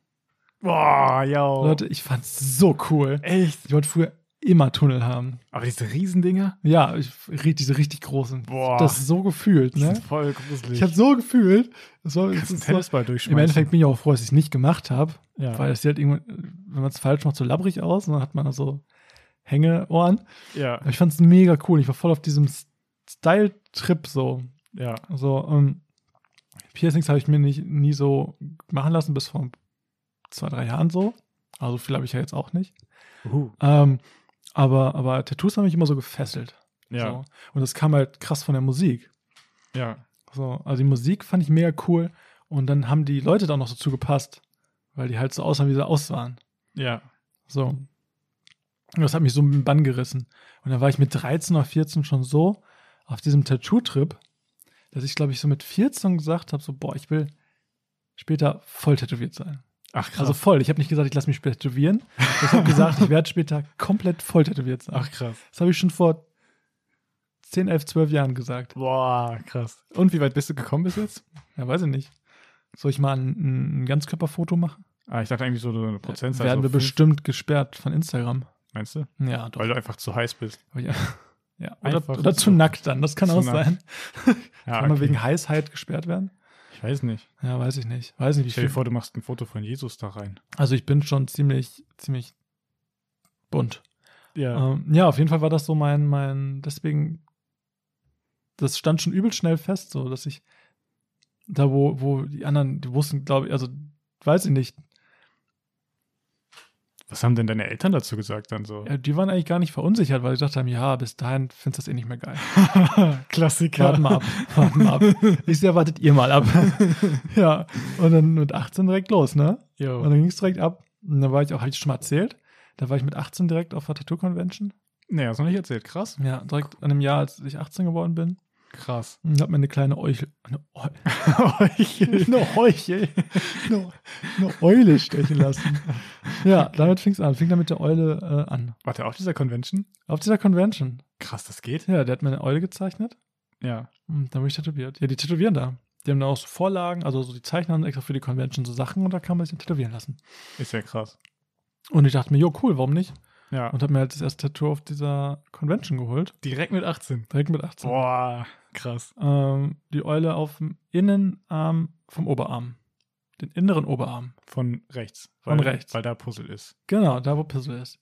[SPEAKER 2] Boah, ja.
[SPEAKER 1] Leute, ich fand's so cool.
[SPEAKER 2] Echt?
[SPEAKER 1] Ich wollte früher immer Tunnel haben.
[SPEAKER 2] Aber diese Riesendinger?
[SPEAKER 1] Ja, ich, ri- diese richtig großen.
[SPEAKER 2] Boah.
[SPEAKER 1] Das ist so gefühlt,
[SPEAKER 2] Die
[SPEAKER 1] ne?
[SPEAKER 2] sind voll gruselig.
[SPEAKER 1] Ich habe so gefühlt. Das war,
[SPEAKER 2] Kannst
[SPEAKER 1] das
[SPEAKER 2] einen
[SPEAKER 1] war,
[SPEAKER 2] Tennisball durchschmeißen.
[SPEAKER 1] Im Endeffekt bin ich auch froh, dass ich es nicht gemacht habe,
[SPEAKER 2] Ja.
[SPEAKER 1] weil es sieht halt irgendwann, wenn man es falsch macht, so labbrig aus und dann hat man da so Hängeohren.
[SPEAKER 2] ja.
[SPEAKER 1] Aber Ich fand's mega cool. Ich war voll auf diesem S- Style-Trip so.
[SPEAKER 2] Ja.
[SPEAKER 1] Also, ähm, Piercings habe ich mir nicht, nie so machen lassen, bis vor zwei, drei Jahren so. Also viel habe ich ja jetzt auch nicht.
[SPEAKER 2] Uh,
[SPEAKER 1] Ähm, aber, aber Tattoos haben mich immer so gefesselt.
[SPEAKER 2] ja.
[SPEAKER 1] So. Und das kam halt krass von der Musik.
[SPEAKER 2] Ja.
[SPEAKER 1] So, also die Musik fand ich mega cool. Und dann haben die Leute da auch noch so zugepasst, weil die halt so aussahen, wie sie aus waren.
[SPEAKER 2] Ja.
[SPEAKER 1] So. Und das hat mich so mit dem Bann gerissen. Und dann war ich mit 13 oder 14 schon so auf diesem Tattoo-Trip, dass ich, glaube ich, so mit 14 gesagt habe: so, boah, ich will später voll tätowiert sein.
[SPEAKER 2] Ach krass.
[SPEAKER 1] Also voll. Ich habe nicht gesagt, ich lasse mich später tätowieren. Ich habe gesagt, ich werde später komplett voll tätowiert sein.
[SPEAKER 2] Ach krass.
[SPEAKER 1] Das habe ich schon vor 10, 11, 12 Jahren gesagt.
[SPEAKER 2] Boah, krass. Und wie weit bist du gekommen bis jetzt?
[SPEAKER 1] Ja, weiß ich nicht. Soll ich mal ein, ein Ganzkörperfoto machen?
[SPEAKER 2] Ah, ich dachte eigentlich so eine Prozentzahl.
[SPEAKER 1] Werden
[SPEAKER 2] so
[SPEAKER 1] wir
[SPEAKER 2] also fünf,
[SPEAKER 1] bestimmt gesperrt von Instagram.
[SPEAKER 2] Meinst du?
[SPEAKER 1] Ja, doch.
[SPEAKER 2] Weil du einfach zu heiß bist.
[SPEAKER 1] Oh Ja, ja oder,
[SPEAKER 2] Einfach
[SPEAKER 1] oder
[SPEAKER 2] so.
[SPEAKER 1] zu nackt dann, das kann
[SPEAKER 2] Zu
[SPEAKER 1] auch
[SPEAKER 2] nackt.
[SPEAKER 1] sein.
[SPEAKER 2] Ja,
[SPEAKER 1] Kann man wegen Heißheit gesperrt werden?
[SPEAKER 2] Ich weiß nicht.
[SPEAKER 1] Ja, weiß ich nicht. Weiß nicht, wie
[SPEAKER 2] Stell dir
[SPEAKER 1] viel.
[SPEAKER 2] vor, du machst ein Foto von Jesus da rein.
[SPEAKER 1] Also ich bin schon ziemlich, ziemlich bunt.
[SPEAKER 2] Ja.
[SPEAKER 1] Ja. Ähm, ja, auf jeden Fall war das so mein, mein, deswegen, das stand schon übel schnell fest, so, dass ich da, wo, wo die anderen, die wussten, glaube ich, also, weiß ich nicht,
[SPEAKER 2] Was haben denn deine Eltern dazu gesagt dann so?
[SPEAKER 1] ja, Äh, die waren eigentlich gar nicht verunsichert, weil sie gedacht haben, ja, bis dahin findest du das eh nicht mehr geil.
[SPEAKER 2] Klassiker.
[SPEAKER 1] Warten mal ab, warten mal ab. Ich sehe, wartet ihr mal ab. ja, und dann mit 18 direkt los, ne? Und
[SPEAKER 2] Jo.
[SPEAKER 1] dann ging es direkt ab. Und dann war ich auch, habe ich schon mal erzählt, da war ich mit 18 direkt auf der Tattoo-Convention.
[SPEAKER 2] Nee, hast du noch nicht erzählt. Krass.
[SPEAKER 1] Ja, direkt an dem Jahr, als ich 18 geworden bin.
[SPEAKER 2] Krass.
[SPEAKER 1] Und hat mir eine kleine Euchel. Eine, Eu
[SPEAKER 2] Euchel.
[SPEAKER 1] eine Euchel. eine, eine Eule stechen lassen. Ja, damit fing es an. Fing dann mit der Eule äh, an.
[SPEAKER 2] War der auf dieser Convention?
[SPEAKER 1] Auf dieser Convention.
[SPEAKER 2] Krass, das geht.
[SPEAKER 1] Ja, der hat mir eine Eule gezeichnet.
[SPEAKER 2] Ja.
[SPEAKER 1] Und dann wurde ich tätowiert. Ja, die tätowieren da. Die haben da auch so Vorlagen, also so die Zeichner haben extra für die Convention so Sachen und da kann man sich dann tätowieren lassen.
[SPEAKER 2] Ist ja krass.
[SPEAKER 1] Und ich dachte mir, jo, cool, warum nicht?
[SPEAKER 2] Ja.
[SPEAKER 1] Und habe mir halt das erste Tattoo auf dieser Convention geholt.
[SPEAKER 2] direkt mit 18.
[SPEAKER 1] Direkt mit 18.
[SPEAKER 2] Oh. Boah, krass.
[SPEAKER 1] Ähm, die Eule auf dem Innenarm vom Oberarm. Den inneren Oberarm.
[SPEAKER 2] Von rechts.
[SPEAKER 1] Von
[SPEAKER 2] weil-
[SPEAKER 1] rechts.
[SPEAKER 2] Weil da Puzzle ist.
[SPEAKER 1] Genau, da wo Pizzle ist.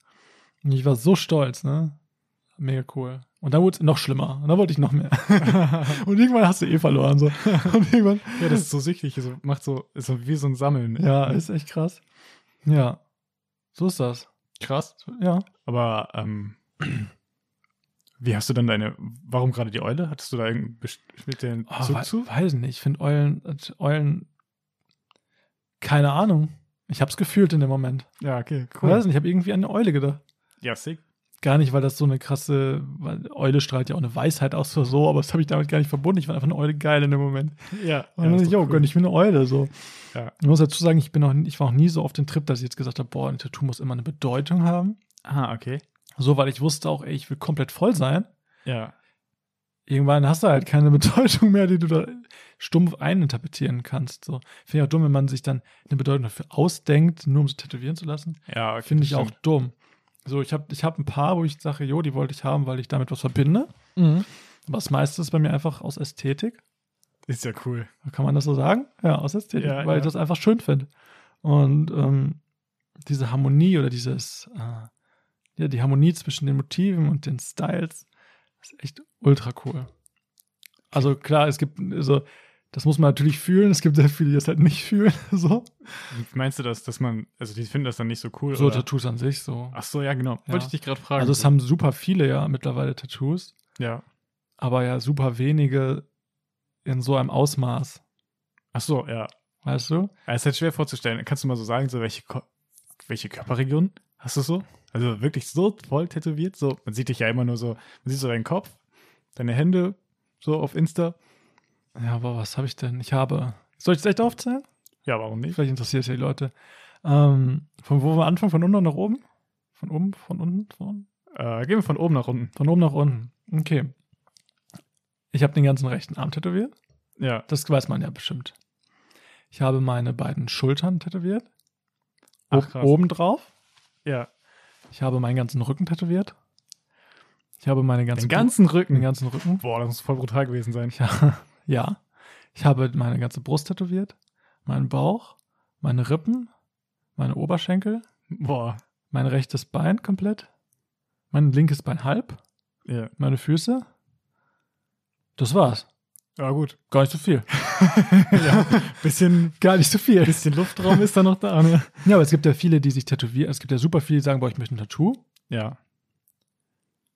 [SPEAKER 1] Und ich war so stolz, ne? Mega cool. Und dann wurde es noch schlimmer. Und dann wollte ich noch mehr. Und irgendwann hast du eh verloren. So. Und irgendwann,
[SPEAKER 2] Ja, das ist so süchtig. So, macht so, ist so wie so ein Sammeln.
[SPEAKER 1] ja, ist echt krass. Ja. So ist das.
[SPEAKER 2] krass.
[SPEAKER 1] Ja.
[SPEAKER 2] Aber, ähm, wie hast du dann deine, warum gerade die Eule? Hattest du da irgendeinen bestimmten
[SPEAKER 1] Oh,
[SPEAKER 2] Zug
[SPEAKER 1] wei-
[SPEAKER 2] zu?
[SPEAKER 1] Weiß nicht. Ich finde Eulen, äh, Eulen, keine Ahnung. Ich hab's gefühlt in dem Moment.
[SPEAKER 2] Ja, okay,
[SPEAKER 1] Weiß nicht, ich habe irgendwie an eine Eule gedacht.
[SPEAKER 2] Ja, sick.
[SPEAKER 1] Gar nicht, weil das so eine krasse, weil Eule strahlt ja auch eine Weisheit aus oder so, aber das habe ich damit gar nicht verbunden. Ich fand einfach eine Eule geil in dem Moment.
[SPEAKER 2] Ja.
[SPEAKER 1] Und Oh, dann,
[SPEAKER 2] ist
[SPEAKER 1] dachte ich,
[SPEAKER 2] doch
[SPEAKER 1] jo, gönn ich mir eine Eule so.
[SPEAKER 2] Ja.
[SPEAKER 1] Ich muss dazu sagen, ich bin auch, ich war auch nie so auf den Trip, dass ich jetzt gesagt habe, boah, ein Tattoo muss immer eine Bedeutung haben.
[SPEAKER 2] Ah, okay.
[SPEAKER 1] So, weil ich wusste auch, ey, ich will komplett voll sein.
[SPEAKER 2] Ja.
[SPEAKER 1] irgendwann hast du halt keine Bedeutung mehr, die du da stumpf eininterpretieren kannst. So. Finde ich auch dumm, wenn man sich dann eine Bedeutung dafür ausdenkt, nur um sie tätowieren zu lassen.
[SPEAKER 2] Ja, okay,
[SPEAKER 1] Finde ich auch
[SPEAKER 2] stimmt.
[SPEAKER 1] dumm. So, ich habe ich hab ein paar, wo ich sage, jo, die wollte ich haben, weil ich damit was verbinde. Aber das meiste ist bei mir einfach aus Ästhetik.
[SPEAKER 2] Ist ja cool.
[SPEAKER 1] Kann man das so sagen? Ja, aus Ästhetik,
[SPEAKER 2] Ja,
[SPEAKER 1] weil
[SPEAKER 2] ja.
[SPEAKER 1] ich das einfach schön finde. Und ähm, diese Harmonie oder dieses, äh, ja, die Harmonie zwischen den Motiven und den Styles ist echt ultra cool. Also klar, es gibt, also, das muss man natürlich fühlen. Es gibt sehr viele, die das halt nicht fühlen. So,
[SPEAKER 2] Meinst du das, dass man, also die finden das dann nicht so cool?
[SPEAKER 1] so
[SPEAKER 2] oder?
[SPEAKER 1] Tattoos an sich, so.
[SPEAKER 2] Ach so, ja, genau.
[SPEAKER 1] Ja.
[SPEAKER 2] Wollte ich dich gerade fragen.
[SPEAKER 1] Also es haben super viele ja mittlerweile Tattoos,
[SPEAKER 2] ja.
[SPEAKER 1] aber ja super wenige in so einem Ausmaß.
[SPEAKER 2] Ach so, ja.
[SPEAKER 1] Weißt du?
[SPEAKER 2] Ja, ist halt schwer vorzustellen. Kannst du mal so sagen, so welche, Ko welche Körperregion hast du so? Also wirklich so voll tätowiert. So, man sieht dich ja immer nur so, man sieht so deinen Kopf, deine Hände, so auf Insta.
[SPEAKER 1] Ja, aber was habe ich denn? Ich habe. Soll ich das echt aufzählen?
[SPEAKER 2] Ja, warum nicht?
[SPEAKER 1] Vielleicht interessiert es ja die Leute. Ähm, von wo wir anfangen? Von unten nach oben? Von oben, von unten, von unten?
[SPEAKER 2] Äh, gehen wir von oben nach unten.
[SPEAKER 1] Von oben nach unten.
[SPEAKER 2] Mhm.
[SPEAKER 1] Okay. Ich habe den ganzen rechten Arm tätowiert.
[SPEAKER 2] Ja.
[SPEAKER 1] Das weiß man ja bestimmt. Ich habe meine beiden Schultern tätowiert.
[SPEAKER 2] Ach,
[SPEAKER 1] Ob-
[SPEAKER 2] krass.
[SPEAKER 1] Oben drauf.
[SPEAKER 2] Ja.
[SPEAKER 1] Ich habe meinen ganzen Rücken tätowiert. Ich habe meine ganzen
[SPEAKER 2] Den ganzen
[SPEAKER 1] Also den
[SPEAKER 2] Rücken.
[SPEAKER 1] ganzen Rücken.
[SPEAKER 2] Boah, das muss voll brutal gewesen sein.
[SPEAKER 1] Ja, ja. Ich habe meine ganze Brust tätowiert, meinen Bauch, meine Rippen, meine Oberschenkel,
[SPEAKER 2] Boah.
[SPEAKER 1] mein rechtes Bein komplett, mein linkes Bein halb,
[SPEAKER 2] Ja.
[SPEAKER 1] meine Füße. Das war's.
[SPEAKER 2] Ja, gut.
[SPEAKER 1] Gar nicht so viel.
[SPEAKER 2] ja. Bisschen,
[SPEAKER 1] Gar nicht so viel.
[SPEAKER 2] bisschen Luftraum ist da noch da, ne?
[SPEAKER 1] Ja, aber es gibt ja viele, die sich tätowieren. Es gibt ja super viele, die sagen, boah, ich möchte ein Tattoo.
[SPEAKER 2] Ja.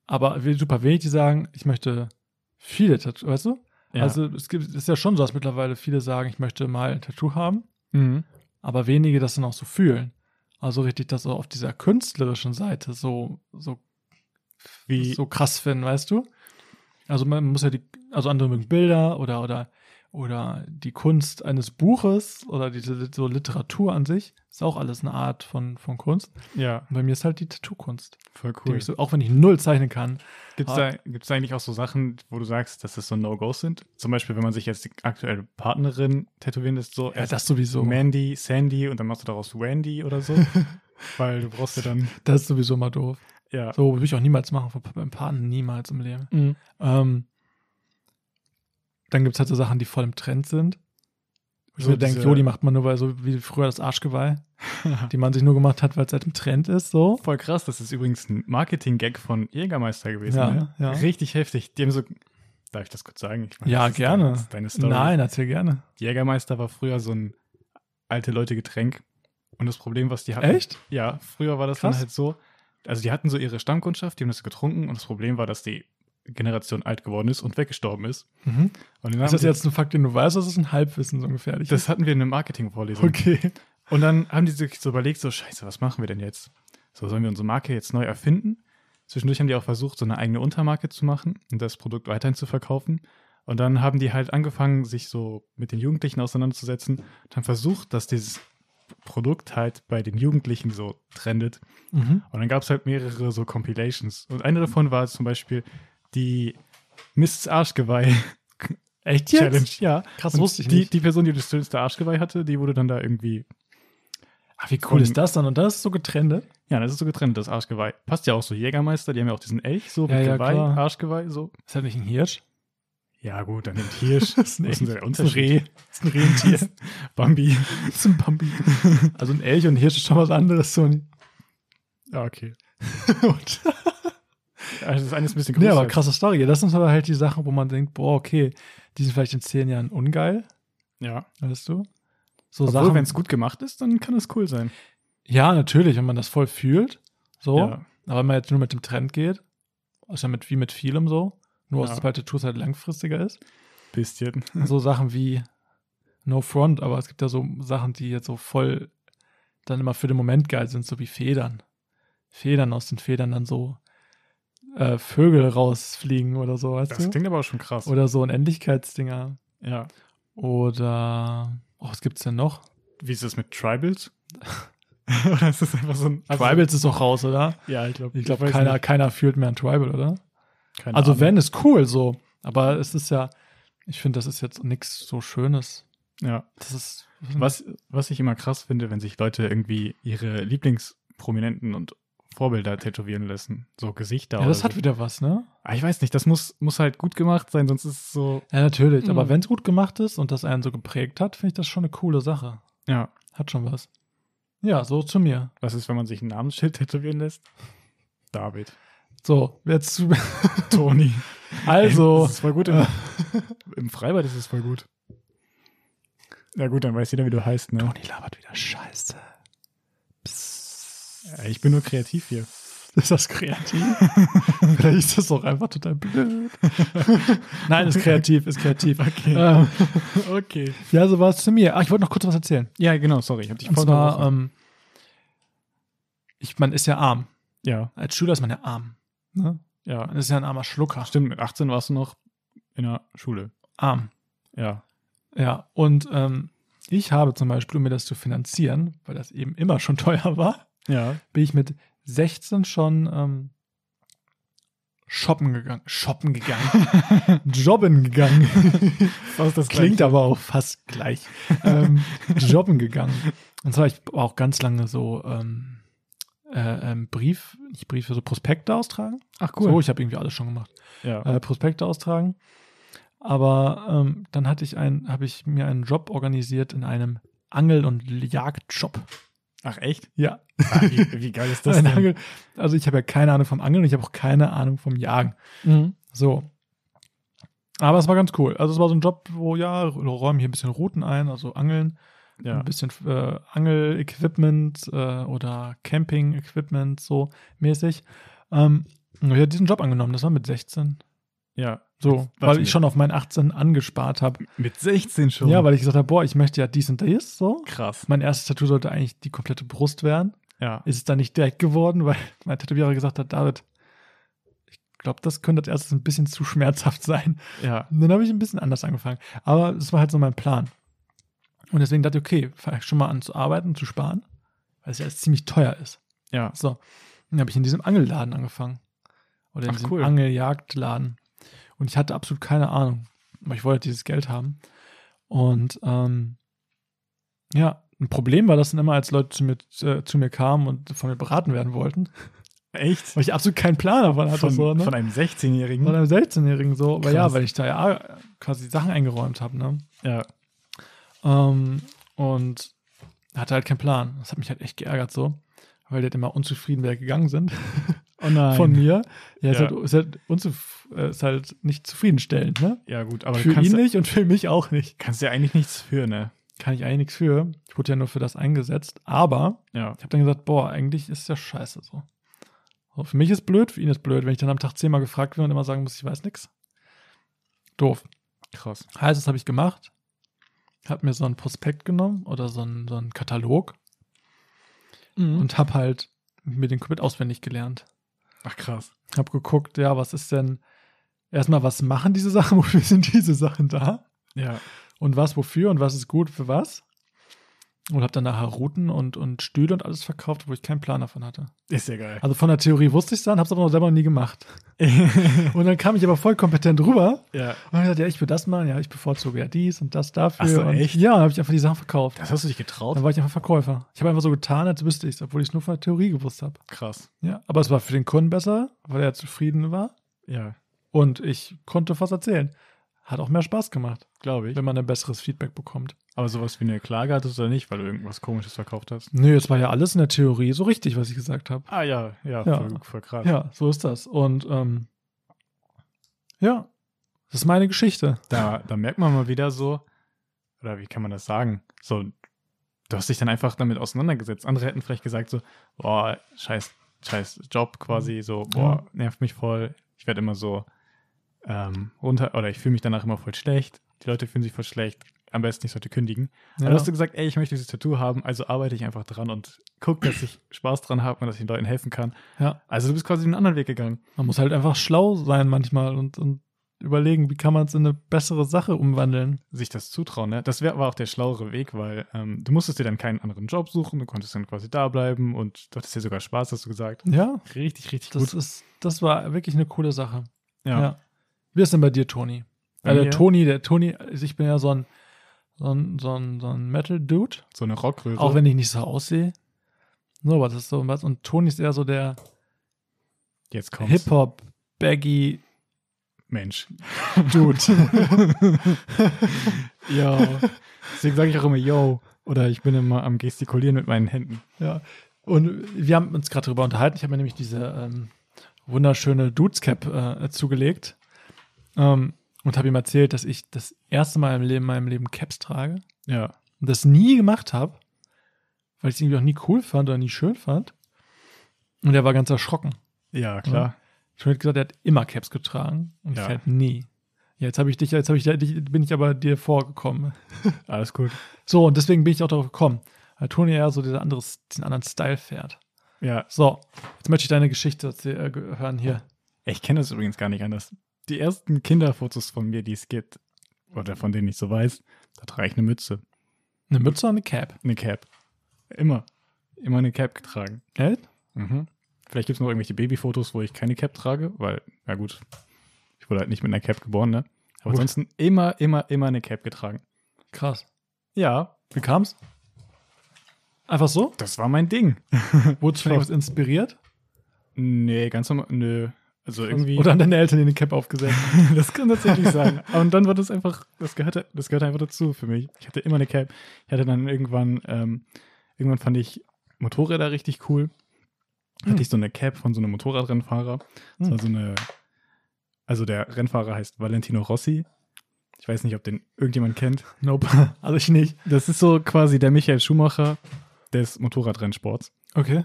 [SPEAKER 1] Aber we- super wenig, die sagen, ich möchte viele Tattoos, weißt du?
[SPEAKER 2] ja.
[SPEAKER 1] Also es gibt, es ist ja schon so, dass mittlerweile viele sagen, ich möchte mal ein Tattoo haben.
[SPEAKER 2] Mhm.
[SPEAKER 1] aber wenige das dann auch so fühlen. Also richtig das auch auf dieser künstlerischen Seite so, so,
[SPEAKER 2] Wie-
[SPEAKER 1] so krass finden, weißt du? Also man muss ja die, also andere mögen Bilder oder, oder, oder die Kunst eines Buches oder diese so Literatur an sich, ist auch alles eine Art von, von Kunst.
[SPEAKER 2] Ja,
[SPEAKER 1] Und bei mir ist halt die Tattoo-Kunst,
[SPEAKER 2] voll
[SPEAKER 1] die
[SPEAKER 2] cool.
[SPEAKER 1] mich so, auch wenn ich null zeichnen kann.
[SPEAKER 2] Gibt es da, gibt's da eigentlich auch so Sachen, wo du sagst, dass das so No-Gos sind? Zum Beispiel, wenn man sich jetzt die aktuelle Partnerin tätowieren lässt, so
[SPEAKER 1] Ja, das sowieso.
[SPEAKER 2] Mandy, Sandy und dann machst du daraus Wendy oder so. weil du brauchst ja dann,
[SPEAKER 1] Das ist sowieso mal doof.
[SPEAKER 2] ja.
[SPEAKER 1] So würde ich auch niemals machen, von- beim Partner niemals im Leben.
[SPEAKER 2] Mhm.
[SPEAKER 1] Ähm, dann gibt es halt so Sachen, die voll im Trend sind. Wo ich
[SPEAKER 2] So
[SPEAKER 1] mir denke,
[SPEAKER 2] diese-
[SPEAKER 1] jo, die macht man nur, weil so wie früher das Arschgeweih, die man sich nur gemacht hat, weil es halt im Trend ist, so.
[SPEAKER 2] Voll krass, das ist übrigens ein Marketing-Gag von Jägermeister gewesen.
[SPEAKER 1] Ja,
[SPEAKER 2] ne?
[SPEAKER 1] ja.
[SPEAKER 2] Richtig heftig. Die haben so, darf ich das kurz sagen? Ich meine,
[SPEAKER 1] Ja,
[SPEAKER 2] das ist
[SPEAKER 1] gerne.
[SPEAKER 2] Deine, das ist deine Story.
[SPEAKER 1] Nein, erzähl gerne.
[SPEAKER 2] Jägermeister war früher so ein alte Leute-Getränk. Und das Problem, was die hatten,
[SPEAKER 1] Echt?
[SPEAKER 2] Ja, früher war das
[SPEAKER 1] Krass.
[SPEAKER 2] dann halt so. Also die hatten so ihre Stammkundschaft, die haben das getrunken und das Problem war, dass die Generation alt geworden ist und weggestorben ist.
[SPEAKER 1] Mhm.
[SPEAKER 2] Und dann
[SPEAKER 1] Ist
[SPEAKER 2] haben
[SPEAKER 1] das
[SPEAKER 2] die-
[SPEAKER 1] jetzt ein Fakt, den du weißt, oder ist das ein Halbwissen so gefährlich?
[SPEAKER 2] Das hatten wir in einer Marketingvorlesung.
[SPEAKER 1] okay.
[SPEAKER 2] Und dann haben die sich so überlegt, so scheiße, was machen wir denn jetzt? So, sollen wir unsere Marke jetzt neu erfinden? Zwischendurch haben die auch versucht, so eine eigene Untermarke zu machen und das Produkt weiterhin zu verkaufen. Und dann haben die halt angefangen, sich so mit den Jugendlichen auseinanderzusetzen. Dann versucht, dass dieses Produkt halt bei den Jugendlichen so trendet.
[SPEAKER 1] Mhm.
[SPEAKER 2] Und dann gab es halt mehrere so Compilations. Und eine davon war zum Beispiel die Mists Arschgeweih
[SPEAKER 1] Echt
[SPEAKER 2] Challenge. Ja.
[SPEAKER 1] Krass,
[SPEAKER 2] Und
[SPEAKER 1] wusste ich
[SPEAKER 2] die,
[SPEAKER 1] nicht.
[SPEAKER 2] Die Person, die das schönste Arschgeweih hatte, die wurde dann da irgendwie.
[SPEAKER 1] Ach, Ah, wie
[SPEAKER 2] Und-
[SPEAKER 1] cool ist das dann? Und das ist so getrennt.
[SPEAKER 2] Ja, das ist so getrennt, das Arschgeweih. Passt ja auch so Jägermeister, die haben ja auch diesen Elch, so
[SPEAKER 1] Ja,
[SPEAKER 2] mit
[SPEAKER 1] ja,
[SPEAKER 2] Geweih,
[SPEAKER 1] klar.
[SPEAKER 2] Arschgeweih, so.
[SPEAKER 1] Ist halt nicht ein Hirsch.
[SPEAKER 2] Ja, gut, dann nimmt Hirsch.
[SPEAKER 1] Das ist ein
[SPEAKER 2] Was
[SPEAKER 1] Elch.
[SPEAKER 2] ist denn der
[SPEAKER 1] Das ist ein Reh.
[SPEAKER 2] Unterschied?
[SPEAKER 1] Das ist ein Rentier.
[SPEAKER 2] Bambi.
[SPEAKER 1] das ist ein Bambi. Also ein Elch und ein Hirsch ist schon was anderes, Sony.
[SPEAKER 2] Ja, okay.
[SPEAKER 1] Und-
[SPEAKER 2] Also das eine ist ein bisschen größer.
[SPEAKER 1] Nee, aber
[SPEAKER 2] als-
[SPEAKER 1] krasse Story. Das sind aber halt die Sachen, wo man denkt, boah, okay, die sind vielleicht in zehn Jahren ungeil,
[SPEAKER 2] Ja.
[SPEAKER 1] weißt du? So
[SPEAKER 2] Obwohl,
[SPEAKER 1] Sachen.
[SPEAKER 2] wenn es gut gemacht ist, dann kann es cool sein.
[SPEAKER 1] ja, natürlich, wenn man das voll fühlt. So.
[SPEAKER 2] Ja.
[SPEAKER 1] Aber wenn man jetzt nur mit dem Trend geht, ist ja mit, wie mit vielem so, nur dass
[SPEAKER 2] Ja.
[SPEAKER 1] es bei Tattoos halt langfristiger ist.
[SPEAKER 2] Bisschen.
[SPEAKER 1] so Sachen wie No Front, aber es gibt ja so Sachen, die jetzt so voll dann immer für den Moment geil sind, so wie Federn. Federn aus den Federn dann so äh, Vögel rausfliegen oder so, weißt
[SPEAKER 2] Das
[SPEAKER 1] du?
[SPEAKER 2] klingt aber auch schon krass.
[SPEAKER 1] Hm? Oder so Unendlichkeitsdinger.
[SPEAKER 2] ja.
[SPEAKER 1] Oder, oh, was gibt's denn noch?
[SPEAKER 2] Wie ist das mit Tribals? Oder ist das einfach so ein.
[SPEAKER 1] Tribals ist doch raus, oder?
[SPEAKER 2] Ja, ich glaube,
[SPEAKER 1] Also Ich glaube, keiner, keiner fühlt mehr ein Tribal, oder?
[SPEAKER 2] keine
[SPEAKER 1] also
[SPEAKER 2] Ahnung.
[SPEAKER 1] wenn, ist cool so. Aber es ist ja, ich finde, das ist jetzt nichts so Schönes.
[SPEAKER 2] Ja.
[SPEAKER 1] Das ist,
[SPEAKER 2] Was, was ich immer krass finde, wenn sich Leute irgendwie ihre Lieblingsprominenten und Vorbilder tätowieren lassen. So Gesichter
[SPEAKER 1] ja, das
[SPEAKER 2] oder
[SPEAKER 1] hat
[SPEAKER 2] so.
[SPEAKER 1] wieder was, ne?
[SPEAKER 2] Ah, ich weiß nicht, das muss, muss halt gut gemacht sein, sonst ist es so.
[SPEAKER 1] Ja, natürlich.
[SPEAKER 2] Mhm.
[SPEAKER 1] Aber wenn es gut gemacht ist und das einen so geprägt hat, finde ich das schon eine coole Sache.
[SPEAKER 2] Ja.
[SPEAKER 1] Hat schon was. Ja, so zu mir.
[SPEAKER 2] Was ist, wenn man sich ein Namensschild tätowieren lässt? David.
[SPEAKER 1] So, jetzt zu.
[SPEAKER 2] Toni. Ey,
[SPEAKER 1] Also,
[SPEAKER 2] das ist voll gut. Im, Im Freibad ist es voll gut. Na gut, dann weiß jeder, wie du heißt, ne?
[SPEAKER 1] Toni labert wieder Scheiße. Psst.
[SPEAKER 2] Ja, Äh, Ich bin nur kreativ hier.
[SPEAKER 1] Ist das kreativ? Vielleicht ist das auch einfach total blöd. Nein, ist kreativ, ist kreativ.
[SPEAKER 2] Okay.
[SPEAKER 1] Ähm,
[SPEAKER 2] okay.
[SPEAKER 1] ja, so war es zu mir. Ah, ich wollte noch kurz was erzählen.
[SPEAKER 2] Ja, genau, sorry. Ich hab dich
[SPEAKER 1] Und zwar,
[SPEAKER 2] vorgeworfen.
[SPEAKER 1] ähm, ich, man ist ja arm.
[SPEAKER 2] äh, ja,
[SPEAKER 1] Als Schüler ist man ja arm. Ne?
[SPEAKER 2] ja.
[SPEAKER 1] Man ist ja ein armer Schlucker.
[SPEAKER 2] Stimmt, mit 18 warst du noch in der Schule.
[SPEAKER 1] Arm.
[SPEAKER 2] Ja.
[SPEAKER 1] Ja, und ähm, ich habe zum Beispiel, um mir das zu finanzieren, weil das eben immer schon teuer war,
[SPEAKER 2] Ja.
[SPEAKER 1] bin ich mit 16 schon ähm, shoppen gegangen. Shoppen gegangen. jobben gegangen.
[SPEAKER 2] Was das
[SPEAKER 1] Klingt aber auch fast gleich. ähm, jobben gegangen. Und zwar, ich war auch ganz lange so ähm, äh, ähm, Brief, nicht Briefe, so Prospekte austragen.
[SPEAKER 2] Ach
[SPEAKER 1] So,
[SPEAKER 2] cool.
[SPEAKER 1] ich habe irgendwie alles schon gemacht
[SPEAKER 2] ja.
[SPEAKER 1] äh, Prospekte austragen. Aber ähm, dann hatte ich ein, habe ich mir einen Job organisiert in einem Angel- und Jagdshop.
[SPEAKER 2] Ach echt?
[SPEAKER 1] Ja,
[SPEAKER 2] Ah, wie, wie geil ist das
[SPEAKER 1] ein
[SPEAKER 2] denn?
[SPEAKER 1] Angel, also ich habe ja keine Ahnung vom Angeln und ich habe auch keine Ahnung vom Jagen.
[SPEAKER 2] Mhm.
[SPEAKER 1] So. Aber es war ganz cool. Also es war so ein Job, wo ja, räumen hier ein bisschen Routen ein, also Angeln,
[SPEAKER 2] Ja.
[SPEAKER 1] ein bisschen äh, Angel-Equipment äh, oder Camping-Equipment so mäßig. Ähm, und ich habe diesen Job angenommen, das war mit 16.
[SPEAKER 2] ja.
[SPEAKER 1] So,
[SPEAKER 2] Warte
[SPEAKER 1] weil ich
[SPEAKER 2] mal.
[SPEAKER 1] schon auf meinen 18 angespart habe.
[SPEAKER 2] Mit 16 schon.
[SPEAKER 1] Ja, weil ich gesagt habe, boah, ich möchte ja dies und dies, so.
[SPEAKER 2] krass.
[SPEAKER 1] Mein erstes Tattoo sollte eigentlich die komplette Brust werden.
[SPEAKER 2] Ja.
[SPEAKER 1] Ist es dann nicht direkt geworden, weil mein Tätowierer gesagt hat, David, ich glaube, das könnte als erstes ein bisschen zu schmerzhaft sein.
[SPEAKER 2] Ja.
[SPEAKER 1] Und dann habe ich ein bisschen anders angefangen. Aber es war halt so mein Plan. Und deswegen dachte ich, okay, fange ich schon mal an zu arbeiten, zu sparen, weil es ja jetzt ziemlich teuer ist.
[SPEAKER 2] Ja.
[SPEAKER 1] So, dann habe ich in diesem Angelladen angefangen. Oder in
[SPEAKER 2] Ach,
[SPEAKER 1] diesem
[SPEAKER 2] cool.
[SPEAKER 1] Angeljagdladen. Und ich hatte absolut keine Ahnung. Aber ich wollte dieses Geld haben. Und ähm, ja, ein Problem war das dann immer, als Leute zu mir, äh, zu mir kamen und von mir beraten werden wollten.
[SPEAKER 2] Echt?
[SPEAKER 1] Weil ich absolut keinen Plan davon hatte.
[SPEAKER 2] Von,
[SPEAKER 1] so, ne?
[SPEAKER 2] von einem 16-Jährigen.
[SPEAKER 1] von einem 16-Jährigen so. Aber ja,
[SPEAKER 2] Krass.
[SPEAKER 1] weil ich da ja äh, quasi Sachen eingeräumt habe. Ne?
[SPEAKER 2] Ja.
[SPEAKER 1] Ähm, und hatte halt keinen Plan. Das hat mich halt echt geärgert so. Weil die halt immer unzufrieden wieder gegangen sind.
[SPEAKER 2] Oh nein.
[SPEAKER 1] von mir. Ja, Ist,
[SPEAKER 2] Ja.
[SPEAKER 1] halt, ist, halt unzuf äh, ist halt nicht zufriedenstellend, ne?
[SPEAKER 2] Ja, gut, aber
[SPEAKER 1] für
[SPEAKER 2] du kannst,
[SPEAKER 1] ihn nicht und für mich auch nicht.
[SPEAKER 2] kannst ja eigentlich nichts für, ne?
[SPEAKER 1] Kann ich eigentlich nichts für. Ich wurde ja nur für das eingesetzt. Aber
[SPEAKER 2] Ja.
[SPEAKER 1] ich habe dann gesagt, boah, eigentlich ist ja scheiße so. so. Für mich ist blöd, für ihn ist blöd, wenn ich dann am Tag zehnmal gefragt werde und immer sagen muss, ich weiß nichts. Doof.
[SPEAKER 2] Krass.
[SPEAKER 1] Heißt, das habe ich gemacht. Hab mir so einen Prospekt genommen oder so einen, so einen Katalog
[SPEAKER 2] Und,
[SPEAKER 1] und hab halt mir den komplett auswendig gelernt.
[SPEAKER 2] ach, krass.
[SPEAKER 1] Hab geguckt, ja, was ist denn erstmal, was machen diese Sachen, wofür sind diese Sachen da
[SPEAKER 2] Ja.
[SPEAKER 1] und was wofür und was ist gut für was. Und habe dann nachher Routen und, und Stühle und alles verkauft, wo ich keinen Plan davon hatte.
[SPEAKER 2] Ist ja geil.
[SPEAKER 1] Also von der Theorie wusste ich es dann, habe es aber noch selber noch nie gemacht. Und dann kam ich aber voll kompetent rüber
[SPEAKER 2] ja.
[SPEAKER 1] und hab gesagt, ja, ich will das machen, ja, ich bevorzuge ja dies und das dafür.
[SPEAKER 2] Ach so,
[SPEAKER 1] und
[SPEAKER 2] echt?
[SPEAKER 1] Ja, habe ich einfach die Sachen verkauft.
[SPEAKER 2] Das hast du dich getraut?
[SPEAKER 1] Dann war ich einfach Verkäufer. Ich habe einfach so getan, als wüsste ich es, obwohl ich es nur von der Theorie gewusst habe.
[SPEAKER 2] Krass.
[SPEAKER 1] Ja, aber es war für den Kunden besser, weil er zufrieden war
[SPEAKER 2] Ja,
[SPEAKER 1] und ich konnte was erzählen. Hat auch mehr Spaß gemacht,
[SPEAKER 2] glaube ich.
[SPEAKER 1] wenn man ein besseres Feedback bekommt.
[SPEAKER 2] Aber sowas wie eine Klage hattest du da nicht, weil du irgendwas Komisches verkauft hast.
[SPEAKER 1] Nö, jetzt war ja alles in der Theorie so richtig, was ich gesagt habe.
[SPEAKER 2] Ah ja, ja,
[SPEAKER 1] Ja.
[SPEAKER 2] Voll, voll krass.
[SPEAKER 1] Ja, so ist das. Und ähm, ja, das ist meine Geschichte.
[SPEAKER 2] Da, da merkt man mal wieder so, oder wie kann man das sagen? So, du hast dich dann einfach damit auseinandergesetzt. Andere hätten vielleicht gesagt so, boah, scheiß, scheiß Job quasi, so, boah, nervt mich voll. Ich werde immer so ähm, runter, oder ich fühle mich danach immer voll schlecht. Die Leute fühlen sich voll schlecht. Am besten, ich sollte kündigen.
[SPEAKER 1] Ja.
[SPEAKER 2] Aber du hast du gesagt, ey, ich möchte dieses Tattoo haben, also arbeite ich einfach dran und guck, dass ich Spaß dran habe und dass ich den Leuten helfen kann.
[SPEAKER 1] Ja.
[SPEAKER 2] Also du bist quasi einen anderen Weg gegangen.
[SPEAKER 1] Man muss halt einfach schlau sein manchmal und, und überlegen, wie kann man es in eine bessere Sache umwandeln.
[SPEAKER 2] sich das zutrauen. Ne? Das wär, war auch der schlauere Weg, weil ähm, du musstest dir dann keinen anderen Job suchen, du konntest dann quasi da bleiben und du hattest dir sogar Spaß, hast du gesagt.
[SPEAKER 1] Ja,
[SPEAKER 2] Richtig, richtig
[SPEAKER 1] das ist, das war wirklich eine coole Sache. Ja.
[SPEAKER 2] ja.
[SPEAKER 1] Wie ist denn bei dir, Toni?
[SPEAKER 2] Bei
[SPEAKER 1] Äh, der
[SPEAKER 2] mir?
[SPEAKER 1] Toni, der Toni, also ich bin ja so ein, so ein, so ein, so ein Metal-Dude,
[SPEAKER 2] So eine Rockröhre.
[SPEAKER 1] auch wenn ich nicht so aussehe. So, aber das ist so was. Und Toni ist eher so der
[SPEAKER 2] Jetzt kommt
[SPEAKER 1] Hip-Hop-Baggy-Dude.
[SPEAKER 2] Mensch. Ja. Deswegen sage ich auch immer yo. Oder ich bin immer am Gestikulieren mit meinen Händen.
[SPEAKER 1] ja. Und wir haben uns gerade darüber unterhalten. Ich habe mir nämlich diese ähm, wunderschöne Dudes-Cap äh, zugelegt ähm, und habe ihm erzählt, dass ich das erste Mal im Leben, in meinem Leben Caps trage.
[SPEAKER 2] Ja.
[SPEAKER 1] und das nie gemacht habe, weil ich es irgendwie auch nie cool fand oder nie schön fand. Und er war ganz erschrocken.
[SPEAKER 2] Ja, klar.
[SPEAKER 1] Ich habe gesagt, er hat immer Caps getragen und
[SPEAKER 2] Ja.
[SPEAKER 1] ich halt nie. Ja, jetzt habe ich dich, jetzt habe ich dich, bin ich aber dir vorgekommen.
[SPEAKER 2] Alles gut.
[SPEAKER 1] So, und deswegen bin ich auch darauf gekommen. Weil Toni eher so dieser andere, den anderen Style fährt.
[SPEAKER 2] Ja.
[SPEAKER 1] So, jetzt möchte ich deine Geschichte erzähl- äh, ge- hören hier.
[SPEAKER 2] Ich kenne das übrigens gar nicht anders. Die ersten Kinderfotos von mir, die es gibt, oder von denen ich so weiß, da trage ich eine Mütze,
[SPEAKER 1] Eine Mütze und eine Cap.
[SPEAKER 2] eine Cap. Immer. Immer eine Cap getragen.
[SPEAKER 1] Gell?
[SPEAKER 2] Mhm. Vielleicht gibt es noch irgendwelche Babyfotos, wo ich keine Cap trage, weil, na gut, ich wurde halt nicht mit einer Cap geboren, ne? Aber
[SPEAKER 1] Gut.
[SPEAKER 2] ansonsten immer, immer, immer eine Cap getragen.
[SPEAKER 1] Krass.
[SPEAKER 2] Ja,
[SPEAKER 1] Wie kam's? Einfach so?
[SPEAKER 2] das war mein Ding.
[SPEAKER 1] Wurdest du von irgendwas inspiriert?
[SPEAKER 2] Nee, ganz normal, nö. Also irgendwie.
[SPEAKER 1] Oder haben deine Eltern dir eine Cap aufgesetzt?
[SPEAKER 2] das kann tatsächlich sein. Und dann war das einfach, das gehörte, das gehörte einfach dazu für mich. Ich hatte immer eine Cap. Ich hatte dann irgendwann, ähm, irgendwann fand ich Motorräder richtig cool. Hatte
[SPEAKER 1] Hm.
[SPEAKER 2] ich so eine Cap von so einem Motorradrennfahrer. Das
[SPEAKER 1] Hm.
[SPEAKER 2] war so eine, also der Rennfahrer heißt Valentino Rossi. Ich weiß nicht, ob den irgendjemand kennt.
[SPEAKER 1] Nope. Also ich nicht.
[SPEAKER 2] Das ist so quasi der Michael Schumacher des Motorradrennsports.
[SPEAKER 1] Okay.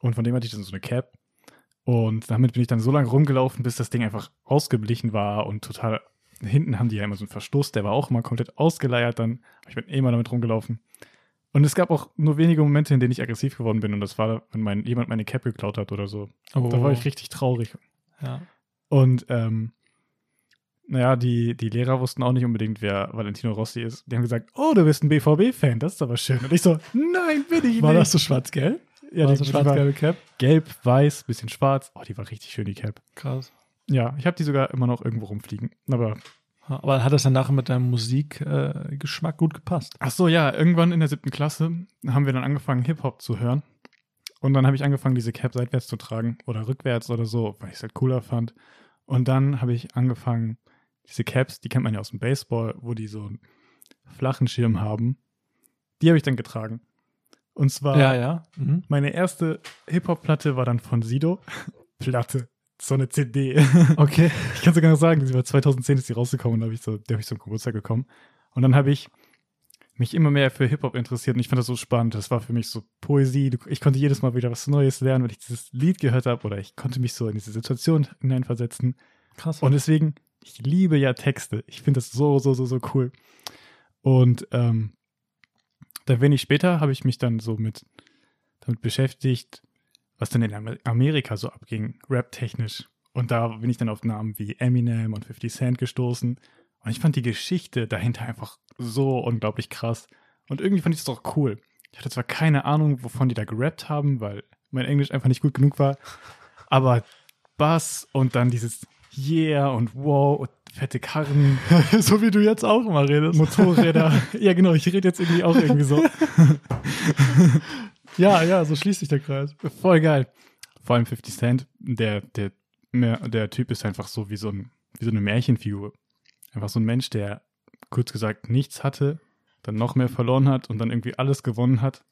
[SPEAKER 2] Und von dem hatte ich dann so eine Cap. Und damit bin ich dann so lange rumgelaufen, bis das Ding einfach ausgeblichen war und total. Hinten haben die ja immer so einen Verstoß, der war auch immer komplett ausgeleiert dann. Aber ich bin eh immer damit rumgelaufen. Und es gab auch nur wenige Momente, in denen ich aggressiv geworden bin. Und das war, wenn mein, jemand meine Cap geklaut hat oder so.
[SPEAKER 1] Oh.
[SPEAKER 2] Da war ich richtig traurig.
[SPEAKER 1] Ja.
[SPEAKER 2] Und ähm, naja, die, die Lehrer wussten auch nicht unbedingt, wer Valentino Rossi ist. Die haben gesagt, oh, du bist ein BVB-Fan, das ist aber schön. Und ich so, nein, bin ich
[SPEAKER 1] War
[SPEAKER 2] nicht.
[SPEAKER 1] das so schwarz-gelb?
[SPEAKER 2] ja,
[SPEAKER 1] war das
[SPEAKER 2] die,
[SPEAKER 1] so
[SPEAKER 2] die war
[SPEAKER 1] schwarz-gelbe Cap?
[SPEAKER 2] gelb, weiß, bisschen schwarz. Oh, die war richtig schön, die Cap.
[SPEAKER 1] Krass.
[SPEAKER 2] Ja, ich habe die sogar immer noch irgendwo rumfliegen. Aber,
[SPEAKER 1] Ja, Aber hat das dann nachher mit deinem Musikgeschmack äh, Geschmack gut gepasst?
[SPEAKER 2] ach so, ja, irgendwann in der siebten Klasse haben wir dann angefangen, Hip-Hop zu hören. Und dann habe ich angefangen, diese Cap seitwärts zu tragen oder rückwärts oder so, weil ich es halt cooler fand. Und dann habe ich angefangen, diese Caps, die kennt man ja aus dem Baseball, wo die so einen flachen Schirm haben. Die habe ich dann getragen. Und zwar,
[SPEAKER 1] ja. Mhm.
[SPEAKER 2] meine erste Hip-Hop-Platte war dann von Sido. Platte. So eine CD.
[SPEAKER 1] Okay.
[SPEAKER 2] Ich kann sogar noch sagen, sie war 2010 ist sie rausgekommen und da habe ich, so, da hab ich zum Geburtstag gekommen. Und dann habe ich mich immer mehr für Hip-Hop interessiert und ich fand das so spannend. Das war für mich so Poesie. Du- Ich konnte jedes Mal wieder was Neues lernen, wenn ich dieses Lied gehört habe oder ich konnte mich so in diese Situation hineinversetzen.
[SPEAKER 1] Krass.
[SPEAKER 2] Und deswegen, ich liebe ja Texte. Ich finde das so, so, so, so cool. Und ähm, dann wenig später habe ich mich dann so mit damit beschäftigt, was denn in Amer- Amerika so abging, rap-technisch. Und da bin ich dann auf Namen wie Eminem und 50 Cent gestoßen. Und ich fand die Geschichte dahinter einfach so unglaublich krass. Und irgendwie fand ich es doch cool. Ich hatte zwar keine Ahnung, wovon die da gerappt haben, weil mein Englisch einfach nicht gut genug war. Aber Bass und dann dieses Yeah und Wow und fette Karren,
[SPEAKER 1] so wie du jetzt auch mal redest.
[SPEAKER 2] Motorräder. ja, genau, ich rede jetzt irgendwie auch irgendwie so.
[SPEAKER 1] Ja, ja, so schließt sich der Kreis.
[SPEAKER 2] Voll geil. Vor allem 50 Cent, der, der, der Typ ist einfach so wie so, ein, wie so eine Märchenfigur. Einfach so ein Mensch, der kurz gesagt nichts hatte, dann noch mehr verloren hat und dann irgendwie alles gewonnen hat,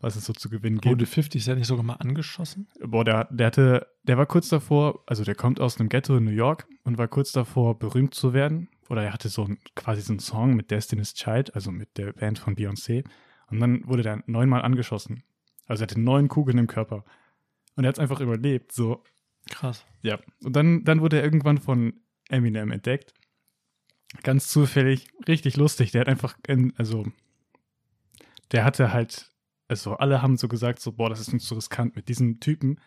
[SPEAKER 2] was es so zu gewinnen gibt.
[SPEAKER 1] Wurde 50 Cent nicht sogar mal angeschossen?
[SPEAKER 2] Boah, der, der hatte, der war kurz davor, also der kommt aus einem Ghetto in New York und war kurz davor, berühmt zu werden. Oder er hatte so ein, quasi so einen Song mit Destiny's Child, also mit der Band von Beyoncé. Und dann wurde der neunmal angeschossen. Also er hatte neun Kugeln im Körper. Und er hat es einfach überlebt, so.
[SPEAKER 1] Krass.
[SPEAKER 2] Ja. Und dann, dann wurde er irgendwann von Eminem entdeckt. Ganz zufällig, richtig lustig. Der hat einfach, in, also, der hatte halt, also alle haben so gesagt, so, boah, das ist uns zu riskant mit diesem Typen,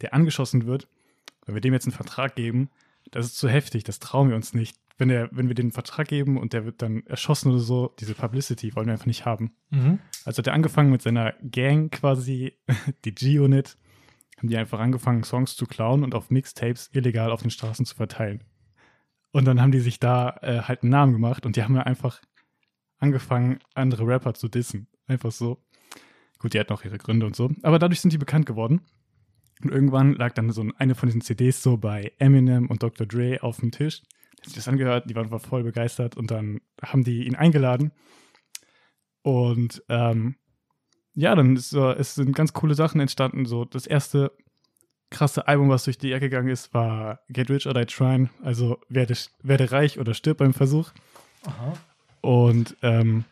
[SPEAKER 2] der angeschossen wird. Wenn wir dem jetzt einen Vertrag geben, das ist zu heftig, das trauen wir uns nicht. Wenn, der, wenn wir dem einen Vertrag geben und der wird dann erschossen oder so, diese Publicity wollen wir einfach nicht haben.
[SPEAKER 1] Mhm.
[SPEAKER 2] Also hat er angefangen mit seiner Gang quasi, die G-Unit, haben die einfach angefangen, Songs zu klauen und auf Mixtapes illegal auf den Straßen zu verteilen. Und dann haben die sich da äh, halt einen Namen gemacht und die haben dann einfach angefangen, andere Rapper zu dissen. Einfach so. Gut, die hatten auch ihre Gründe und so. Aber dadurch sind die bekannt geworden. Und irgendwann lag dann so ein- eine von diesen CDs so bei Eminem und Dr. Dre auf dem Tisch. Die haben sich das angehört, die waren voll begeistert und dann haben die ihn eingeladen. Und ähm, ja, dann ist, äh, es sind ganz coole Sachen entstanden. So das erste krasse Album, was durch die Ecke gegangen ist, war Get Rich or Die Tryin'. Also werde, werde reich oder stirb beim Versuch.
[SPEAKER 1] Aha.
[SPEAKER 2] Und ähm,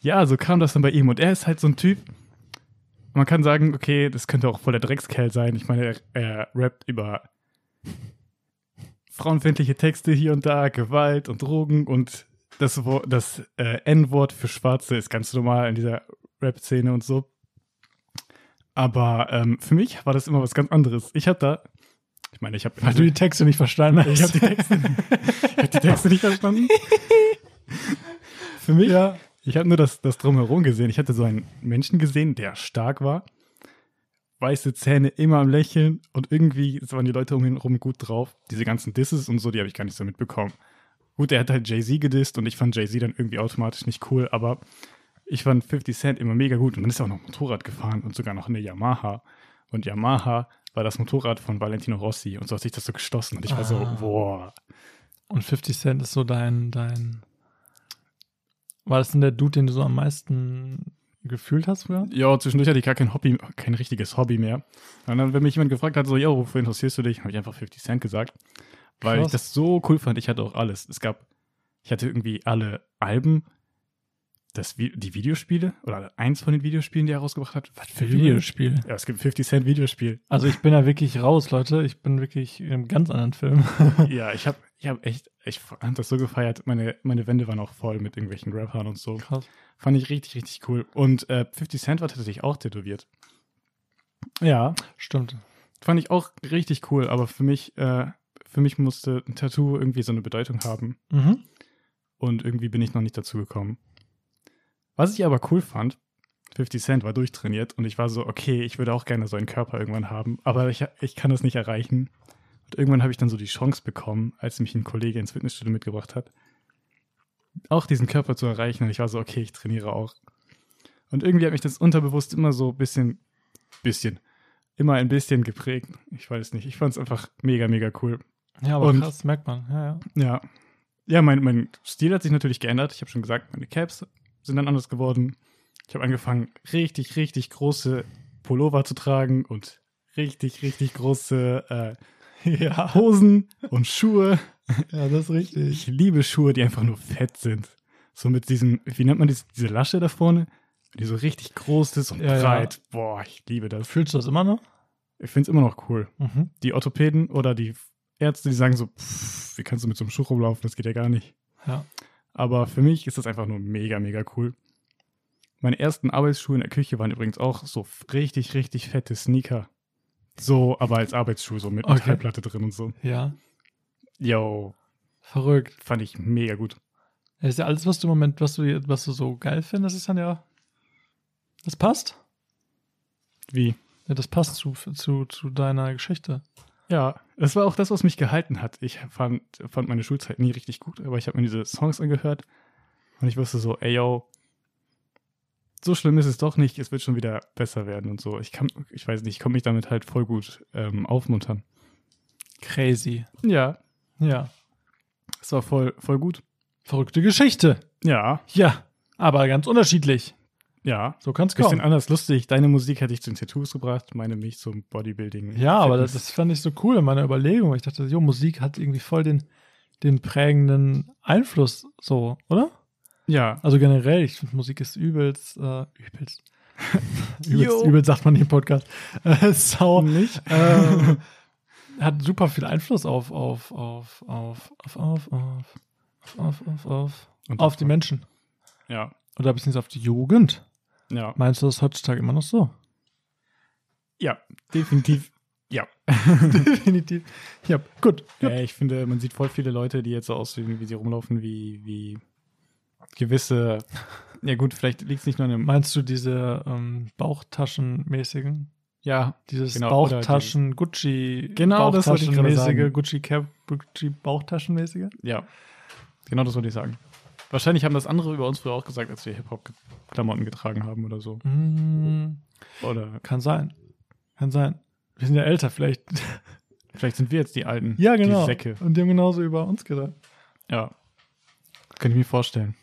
[SPEAKER 2] ja, so kam das dann bei ihm. Und er ist halt so ein Typ, man kann sagen, okay, das könnte auch voll der Dreckskerl sein. Ich meine, er, er rappt über frauenfeindliche Texte hier und da, Gewalt und Drogen und das, Wo- das äh, N-Wort für Schwarze ist ganz normal in dieser Rap-Szene und so. Aber ähm, für mich war das immer was ganz anderes. Ich hatte da, ich meine, ich habe
[SPEAKER 1] Weil du die Texte nicht verstanden hast.
[SPEAKER 2] ich habe die Texte, ich hab die Texte nicht verstanden. Für mich,
[SPEAKER 1] Ja.
[SPEAKER 2] ich habe nur das, das Drumherum gesehen. Ich hatte so einen Menschen gesehen, der stark war, weiße Zähne, immer am Lächeln und irgendwie waren die Leute um ihn herum gut drauf. Diese ganzen Disses und so, die habe ich gar nicht so mitbekommen. Gut, er hat halt Jay-Z gedisst und ich fand Jay-Z dann irgendwie automatisch nicht cool, aber ich fand 50 Cent immer mega gut und dann ist er auch noch Motorrad gefahren und sogar noch eine Yamaha. Und Yamaha war das Motorrad von Valentino Rossi und so hat sich das so geschlossen und ich war so,
[SPEAKER 1] Ah.
[SPEAKER 2] boah.
[SPEAKER 1] Und 50 Cent ist so dein, dein. War das denn der Dude, den du so am meisten gefühlt hast früher?
[SPEAKER 2] Ja, zwischendurch hatte ich gar kein Hobby, kein richtiges Hobby mehr. Und dann, wenn mich jemand gefragt hat, so, ja, wofür interessierst du dich, habe ich einfach 50 Cent gesagt. Weil
[SPEAKER 1] Krass.
[SPEAKER 2] ich das so cool fand. Ich hatte auch alles. Es gab, ich hatte irgendwie alle Alben, das, Vi- die Videospiele oder eins von den Videospielen, die er rausgebracht hat. Was
[SPEAKER 1] Videospiel.
[SPEAKER 2] Ja, es gibt 50 Cent Videospiel.
[SPEAKER 1] Also ich bin da wirklich raus, Leute. Ich bin wirklich in einem ganz anderen Film.
[SPEAKER 2] ja, ich habe ich hab echt, ich fand das so gefeiert. Meine, meine Wände waren auch voll mit irgendwelchen Rappern und so.
[SPEAKER 1] Krass.
[SPEAKER 2] Fand ich richtig, richtig cool. Und äh, 50 Cent war tatsächlich auch tätowiert. Ja.
[SPEAKER 1] Stimmt.
[SPEAKER 2] Fand ich auch richtig cool, aber für mich, äh, für mich musste ein Tattoo irgendwie so eine Bedeutung haben.
[SPEAKER 1] Mhm.
[SPEAKER 2] Und irgendwie bin ich noch nicht dazu gekommen. Was ich aber cool fand, 50 Cent war durchtrainiert und ich war so, okay, ich würde auch gerne so einen Körper irgendwann haben, aber ich, ich kann das nicht erreichen. Und irgendwann habe ich dann so die Chance bekommen, als mich ein Kollege ins Fitnessstudio mitgebracht hat, auch diesen Körper zu erreichen. Und ich war so, okay, ich trainiere auch. Und irgendwie hat mich das unterbewusst immer so ein bisschen, bisschen, immer ein bisschen geprägt. Ich weiß nicht, ich fand es einfach mega, mega cool.
[SPEAKER 1] Ja, aber
[SPEAKER 2] Und-
[SPEAKER 1] krass, merkt man. Ja, ja.
[SPEAKER 2] Ja. Ja, mein, mein Stil hat sich natürlich geändert. Ich habe schon gesagt, meine Caps sind dann anders geworden. Ich habe angefangen, richtig, richtig große Pullover zu tragen und richtig, richtig große äh, ja, Hosen und Schuhe.
[SPEAKER 1] Ja, das ist
[SPEAKER 2] Ich liebe Schuhe, die einfach nur fett sind. So mit diesem, wie nennt man das, diese Lasche da vorne? Die so richtig groß ist und
[SPEAKER 1] Ja, ja.
[SPEAKER 2] breit. Boah, ich liebe das.
[SPEAKER 1] Fühlst du das immer noch?
[SPEAKER 2] Ich finde es immer noch cool.
[SPEAKER 1] Mhm.
[SPEAKER 2] Die Orthopäden oder die Ärzte, die sagen so, pff, wie kannst du mit so einem Schuh rumlaufen? Das geht ja gar nicht.
[SPEAKER 1] Ja.
[SPEAKER 2] Aber für mich ist das einfach nur mega, mega cool. Meine ersten Arbeitsschuhe in der Küche waren übrigens auch so f- richtig, richtig fette Sneaker. So, aber als Arbeitsschuh, so mit
[SPEAKER 1] Okay.
[SPEAKER 2] Metallplatte drin und so.
[SPEAKER 1] Ja,
[SPEAKER 2] Yo,
[SPEAKER 1] verrückt.
[SPEAKER 2] fand ich mega gut.
[SPEAKER 1] Das ist ja alles, was du im Moment, was du, was du so geil findest, ist dann ja. Das passt.
[SPEAKER 2] Wie?
[SPEAKER 1] Ja, das passt zu, zu, zu deiner Geschichte.
[SPEAKER 2] Ja, das war auch das, was mich gehalten hat. Ich fand, fand meine Schulzeit nie richtig gut, aber ich habe mir diese Songs angehört und ich wusste so, ey yo, so schlimm ist es doch nicht, es wird schon wieder besser werden und so. Ich kann, ich weiß nicht, ich konnte mich damit halt voll gut ähm, aufmuntern.
[SPEAKER 1] Crazy.
[SPEAKER 2] Ja,
[SPEAKER 1] Ja.
[SPEAKER 2] es war voll, voll gut.
[SPEAKER 1] Verrückte Geschichte.
[SPEAKER 2] Ja,
[SPEAKER 1] Ja, aber ganz unterschiedlich.
[SPEAKER 2] ja.
[SPEAKER 1] So kann's
[SPEAKER 2] Bisschen
[SPEAKER 1] kommen.
[SPEAKER 2] anders lustig. Deine Musik hätte ich zu den Tattoos gebracht, meine mich zum Bodybuilding.
[SPEAKER 1] Ja, aber das,
[SPEAKER 2] Fitness.
[SPEAKER 1] das fand ich so cool in meiner Überlegung. Ich dachte, jo, Musik hat irgendwie voll den, den prägenden Einfluss, so, oder?
[SPEAKER 2] Ja,
[SPEAKER 1] Also generell, ich finde Musik ist übelst, äh, übelst.
[SPEAKER 2] Jo.
[SPEAKER 1] übelst, übelst sagt man hier im Podcast. Äh, sau.
[SPEAKER 2] nicht?
[SPEAKER 1] ähm, hat super viel Einfluss auf, auf, auf, auf, auf, auf, auf, auf, auf, auf, auf,
[SPEAKER 2] Und
[SPEAKER 1] auf die
[SPEAKER 2] davon.
[SPEAKER 1] Menschen.
[SPEAKER 2] Ja,
[SPEAKER 1] Oder beziehungsweise auf die Jugend.
[SPEAKER 2] ja.
[SPEAKER 1] Meinst du das ist heutzutage immer noch so?
[SPEAKER 2] Ja, definitiv. Ja.
[SPEAKER 1] Definitiv. Ja, gut. gut.
[SPEAKER 2] Äh, ich finde, man sieht voll viele Leute, die jetzt so aussehen, wie sie rumlaufen, wie, wie gewisse. Ja, gut, vielleicht liegt es nicht nur an dem.
[SPEAKER 1] Meinst du diese ähm, Bauchtaschenmäßigen?
[SPEAKER 2] Ja,
[SPEAKER 1] Dieses
[SPEAKER 2] Genau, oder
[SPEAKER 1] Bauchtaschen, Gucci,
[SPEAKER 2] Genau, das wollte ich gerade
[SPEAKER 1] Bauchtaschenmäßige,
[SPEAKER 2] sagen.
[SPEAKER 1] Gucci Cap, Gucci Bauchtaschenmäßige?
[SPEAKER 2] ja. Genau das wollte ich sagen. Wahrscheinlich haben das andere über uns früher auch gesagt, als wir Hip-Hop-Klamotten getragen haben oder so. Mhm.
[SPEAKER 1] Mm,
[SPEAKER 2] Oder
[SPEAKER 1] kann sein. Kann sein. Wir sind ja älter, vielleicht.
[SPEAKER 2] vielleicht sind wir jetzt die Alten.
[SPEAKER 1] ja, genau.
[SPEAKER 2] Die Säcke.
[SPEAKER 1] Und die haben genauso über uns gedacht.
[SPEAKER 2] Ja. Kann ich mir vorstellen.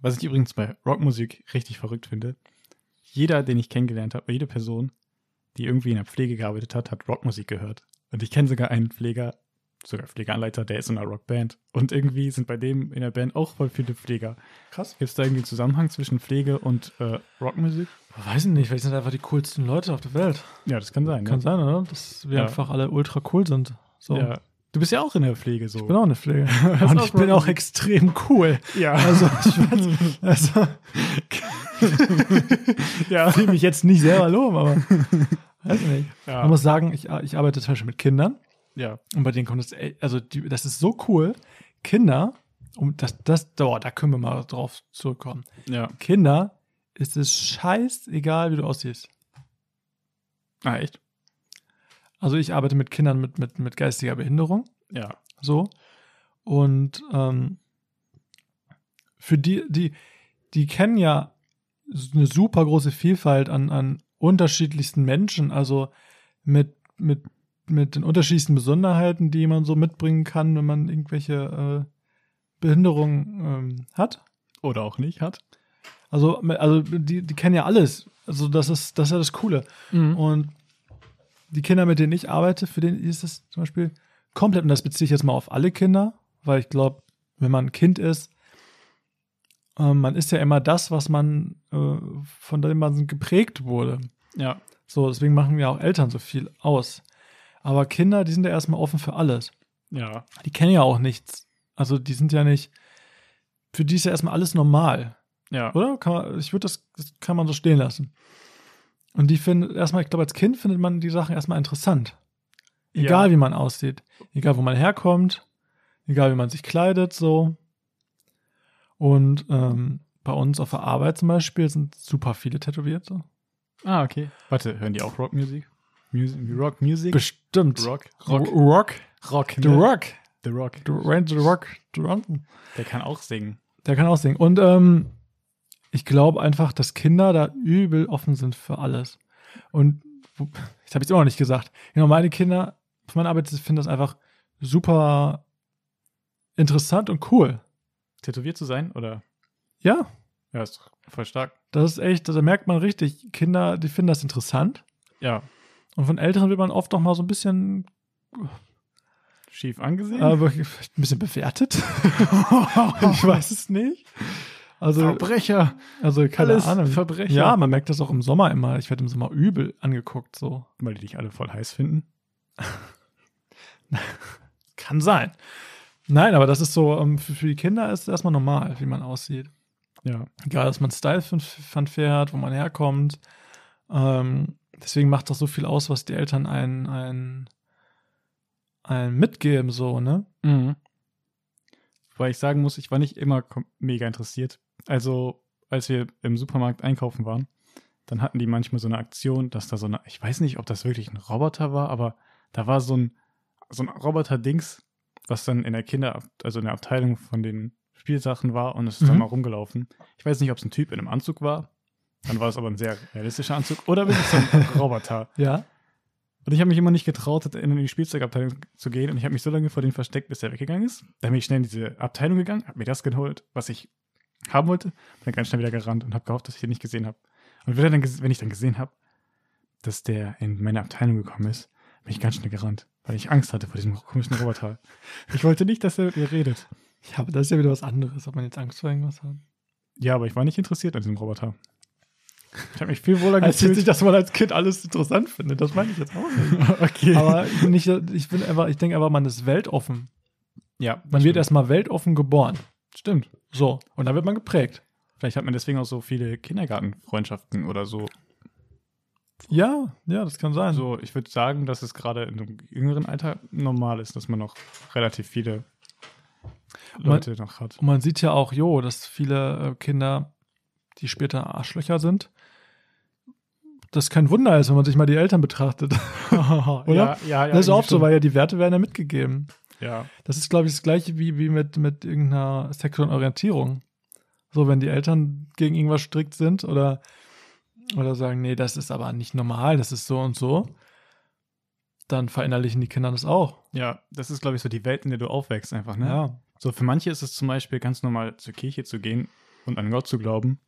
[SPEAKER 2] Was ich übrigens bei Rockmusik richtig verrückt finde, jeder, den ich kennengelernt habe, jede Person, die irgendwie in der Pflege gearbeitet hat, hat Rockmusik gehört. Und ich kenne sogar einen Pfleger, sogar Pflegeanleiter, der ist in einer Rockband. Und irgendwie sind bei dem in der Band auch voll viele Pfleger.
[SPEAKER 1] Krass.
[SPEAKER 2] Gibt es da irgendwie einen Zusammenhang zwischen Pflege und äh, Rockmusik?
[SPEAKER 1] Weiß ich nicht, vielleicht sind einfach die coolsten Leute auf der Welt.
[SPEAKER 2] Ja, das kann sein.
[SPEAKER 1] Kann
[SPEAKER 2] ne?
[SPEAKER 1] sein, oder? Dass wir
[SPEAKER 2] Ja.
[SPEAKER 1] einfach alle ultra cool sind. So.
[SPEAKER 2] Ja. Du bist ja auch in der Pflege so.
[SPEAKER 1] Ich bin auch eine Pflege.
[SPEAKER 2] ist
[SPEAKER 1] Und
[SPEAKER 2] auch
[SPEAKER 1] ich bin
[SPEAKER 2] Rockmusik.
[SPEAKER 1] auch extrem cool.
[SPEAKER 2] ja,
[SPEAKER 1] Also, ich weiß, also,
[SPEAKER 2] ja.
[SPEAKER 1] will mich jetzt nicht selber loben, aber weiß ich nicht. Man
[SPEAKER 2] ja.
[SPEAKER 1] muss sagen, ich, ar- ich arbeite zum Beispiel mit Kindern
[SPEAKER 2] ja.
[SPEAKER 1] und bei denen kommt es, ey, also die, das ist so cool. Kinder, um das, das, oh, da können wir mal drauf zurückkommen.
[SPEAKER 2] Ja.
[SPEAKER 1] Kinder, es ist scheißegal, wie du aussiehst.
[SPEAKER 2] Ah, echt?
[SPEAKER 1] Also ich arbeite mit Kindern mit, mit, mit geistiger Behinderung.
[SPEAKER 2] Ja.
[SPEAKER 1] So. Und ähm, für die, die, die kennen ja s- eine super große Vielfalt an, an unterschiedlichsten Menschen, also mit, mit, mit den unterschiedlichsten Besonderheiten, die man so mitbringen kann, wenn man irgendwelche äh, Behinderungen ähm, hat.
[SPEAKER 2] Oder auch nicht, hat.
[SPEAKER 1] Also, also die, die kennen ja alles. Also, das ist, das ist ja das Coole.
[SPEAKER 2] Mhm.
[SPEAKER 1] Und die Kinder, mit denen ich arbeite, für den ist es zum Beispiel komplett, und das beziehe ich jetzt mal auf alle Kinder, weil ich glaube, wenn man ein Kind ist, ähm, man ist ja immer das, was man, äh, von dem man geprägt wurde.
[SPEAKER 2] Ja.
[SPEAKER 1] So, deswegen machen wir auch Eltern so viel aus. Aber Kinder, die sind ja erstmal offen für alles.
[SPEAKER 2] Ja.
[SPEAKER 1] Die kennen ja auch nichts. Also die sind ja nicht, für die ist ja erstmal alles normal.
[SPEAKER 2] Ja.
[SPEAKER 1] Oder? Kann man, ich würde das, das kann man so stehen lassen. Und die finden, erstmal, ich glaube, als Kind findet man die Sachen erstmal interessant. Egal
[SPEAKER 2] Ja.
[SPEAKER 1] wie man aussieht, egal wo man herkommt, egal wie man sich kleidet, so. Und ähm, bei uns auf der Arbeit zum Beispiel sind super viele Tätowierte.
[SPEAKER 2] Ah, okay. Warte, hören die auch Rockmusik? Music, Rock Music?
[SPEAKER 1] Bestimmt.
[SPEAKER 2] Rock.
[SPEAKER 1] Rock. Rock.
[SPEAKER 2] Rock. ne?
[SPEAKER 1] The Rock.
[SPEAKER 2] The Rock.
[SPEAKER 1] The Range the Rock. The Rock.
[SPEAKER 2] Der kann auch singen.
[SPEAKER 1] Der kann auch singen. Und ähm, ich glaube einfach, dass Kinder da übel offen sind für alles. Und wo- das habe ich immer noch nicht gesagt. Genau, meine Kinder von meiner Arbeit finden das einfach super interessant und cool.
[SPEAKER 2] Tätowiert zu sein, oder?
[SPEAKER 1] Ja,
[SPEAKER 2] Ja, ist doch voll stark.
[SPEAKER 1] das ist echt, da merkt man richtig, Kinder, die finden das interessant.
[SPEAKER 2] Ja.
[SPEAKER 1] Und von Älteren wird man oft noch mal so ein bisschen,
[SPEAKER 2] Schief angesehen.
[SPEAKER 1] äh, vielleicht ein bisschen bewertet. ich weiß es nicht. Also,
[SPEAKER 2] Verbrecher.
[SPEAKER 1] also keine
[SPEAKER 2] alles
[SPEAKER 1] Ahnung.
[SPEAKER 2] Verbrecher.
[SPEAKER 1] Ja, man merkt das auch im Sommer immer. Ich werde im Sommer übel angeguckt, so.
[SPEAKER 2] Weil die dich alle voll heiß finden.
[SPEAKER 1] Kann sein. Nein, aber das ist so, ähm, für, für die Kinder ist es erstmal normal, wie man aussieht.
[SPEAKER 2] Ja.
[SPEAKER 1] Egal, dass man Style-Fanfare hat, wo man herkommt, ähm, deswegen macht doch so viel aus, was die Eltern einen, einen, einen mitgeben, so, ne?
[SPEAKER 2] Mhm. Weil ich sagen muss, ich war nicht immer kom- mega interessiert. Also, als wir im Supermarkt einkaufen waren, dann hatten die manchmal so eine Aktion, dass da so eine, ich weiß nicht, ob das wirklich ein Roboter war, aber da war so ein, so ein Roboter-Dings, was dann in der Kinder, also in der Abteilung von den Spielsachen war und es ist dann
[SPEAKER 1] Mhm.
[SPEAKER 2] mal rumgelaufen. Ich weiß nicht, ob es ein Typ in einem Anzug war, dann war es aber ein sehr realistischer Anzug oder wirklich so ein Roboter.
[SPEAKER 1] Ja.
[SPEAKER 2] Und ich habe mich immer nicht getraut, in die Spielzeugabteilung zu gehen. Und ich habe mich so lange vor denen versteckt, bis er weggegangen ist. Dann bin ich schnell in diese Abteilung gegangen, habe mir das geholt, was ich haben wollte. Bin dann ganz schnell wieder gerannt und habe gehofft, dass ich ihn nicht gesehen habe. Und wenn, er dann, ges- wenn ich dann gesehen habe, dass der in meine Abteilung gekommen ist, bin ich ganz schnell gerannt, weil ich Angst hatte vor diesem komischen Roboter. Ich wollte nicht, dass er mit mir redet.
[SPEAKER 1] Ja, aber das ist ja wieder was anderes, ob man jetzt Angst vor irgendwas hat.
[SPEAKER 2] Ja, aber ich war nicht interessiert an diesem Roboter. Ich habe mich viel wohler
[SPEAKER 1] Also jetzt nicht,
[SPEAKER 2] gefühlt.
[SPEAKER 1] dass man als Kind alles interessant findet, das meine ich jetzt auch nicht.
[SPEAKER 2] okay.
[SPEAKER 1] Aber ich bin nicht, ich bin einfach, ich denke einfach, man ist weltoffen.
[SPEAKER 2] ja,
[SPEAKER 1] Man wird erstmal weltoffen geboren.
[SPEAKER 2] Stimmt.
[SPEAKER 1] So. Und dann wird man geprägt.
[SPEAKER 2] Vielleicht hat man deswegen auch so viele Kindergartenfreundschaften oder so.
[SPEAKER 1] Ja, ja, das kann sein.
[SPEAKER 2] Also ich würde sagen, dass es gerade in einem jüngeren Alter normal ist, dass man noch relativ viele Leute noch hat.
[SPEAKER 1] Und man sieht ja auch, jo, dass viele äh, Kinder, die später Arschlöcher sind, das kein Wunder ist, wenn man sich mal die Eltern betrachtet. Oder?
[SPEAKER 2] Ja, ja, ja,
[SPEAKER 1] das ist auch
[SPEAKER 2] irgendwie
[SPEAKER 1] so,
[SPEAKER 2] schon.
[SPEAKER 1] weil ja die Werte werden ja mitgegeben.
[SPEAKER 2] Ja,
[SPEAKER 1] Das ist, glaube ich, das gleiche wie, wie mit, mit irgendeiner sexuellen Orientierung. So, wenn die Eltern gegen irgendwas strikt sind oder, oder sagen, nee, das ist aber nicht normal, das ist so und so, dann verinnerlichen die Kinder das auch.
[SPEAKER 2] ja, das ist, glaube ich, so die Welt, in der du aufwächst einfach, ne?
[SPEAKER 1] Ja.
[SPEAKER 2] So, für manche ist es zum Beispiel ganz normal, zur Kirche zu gehen und an Gott zu glauben.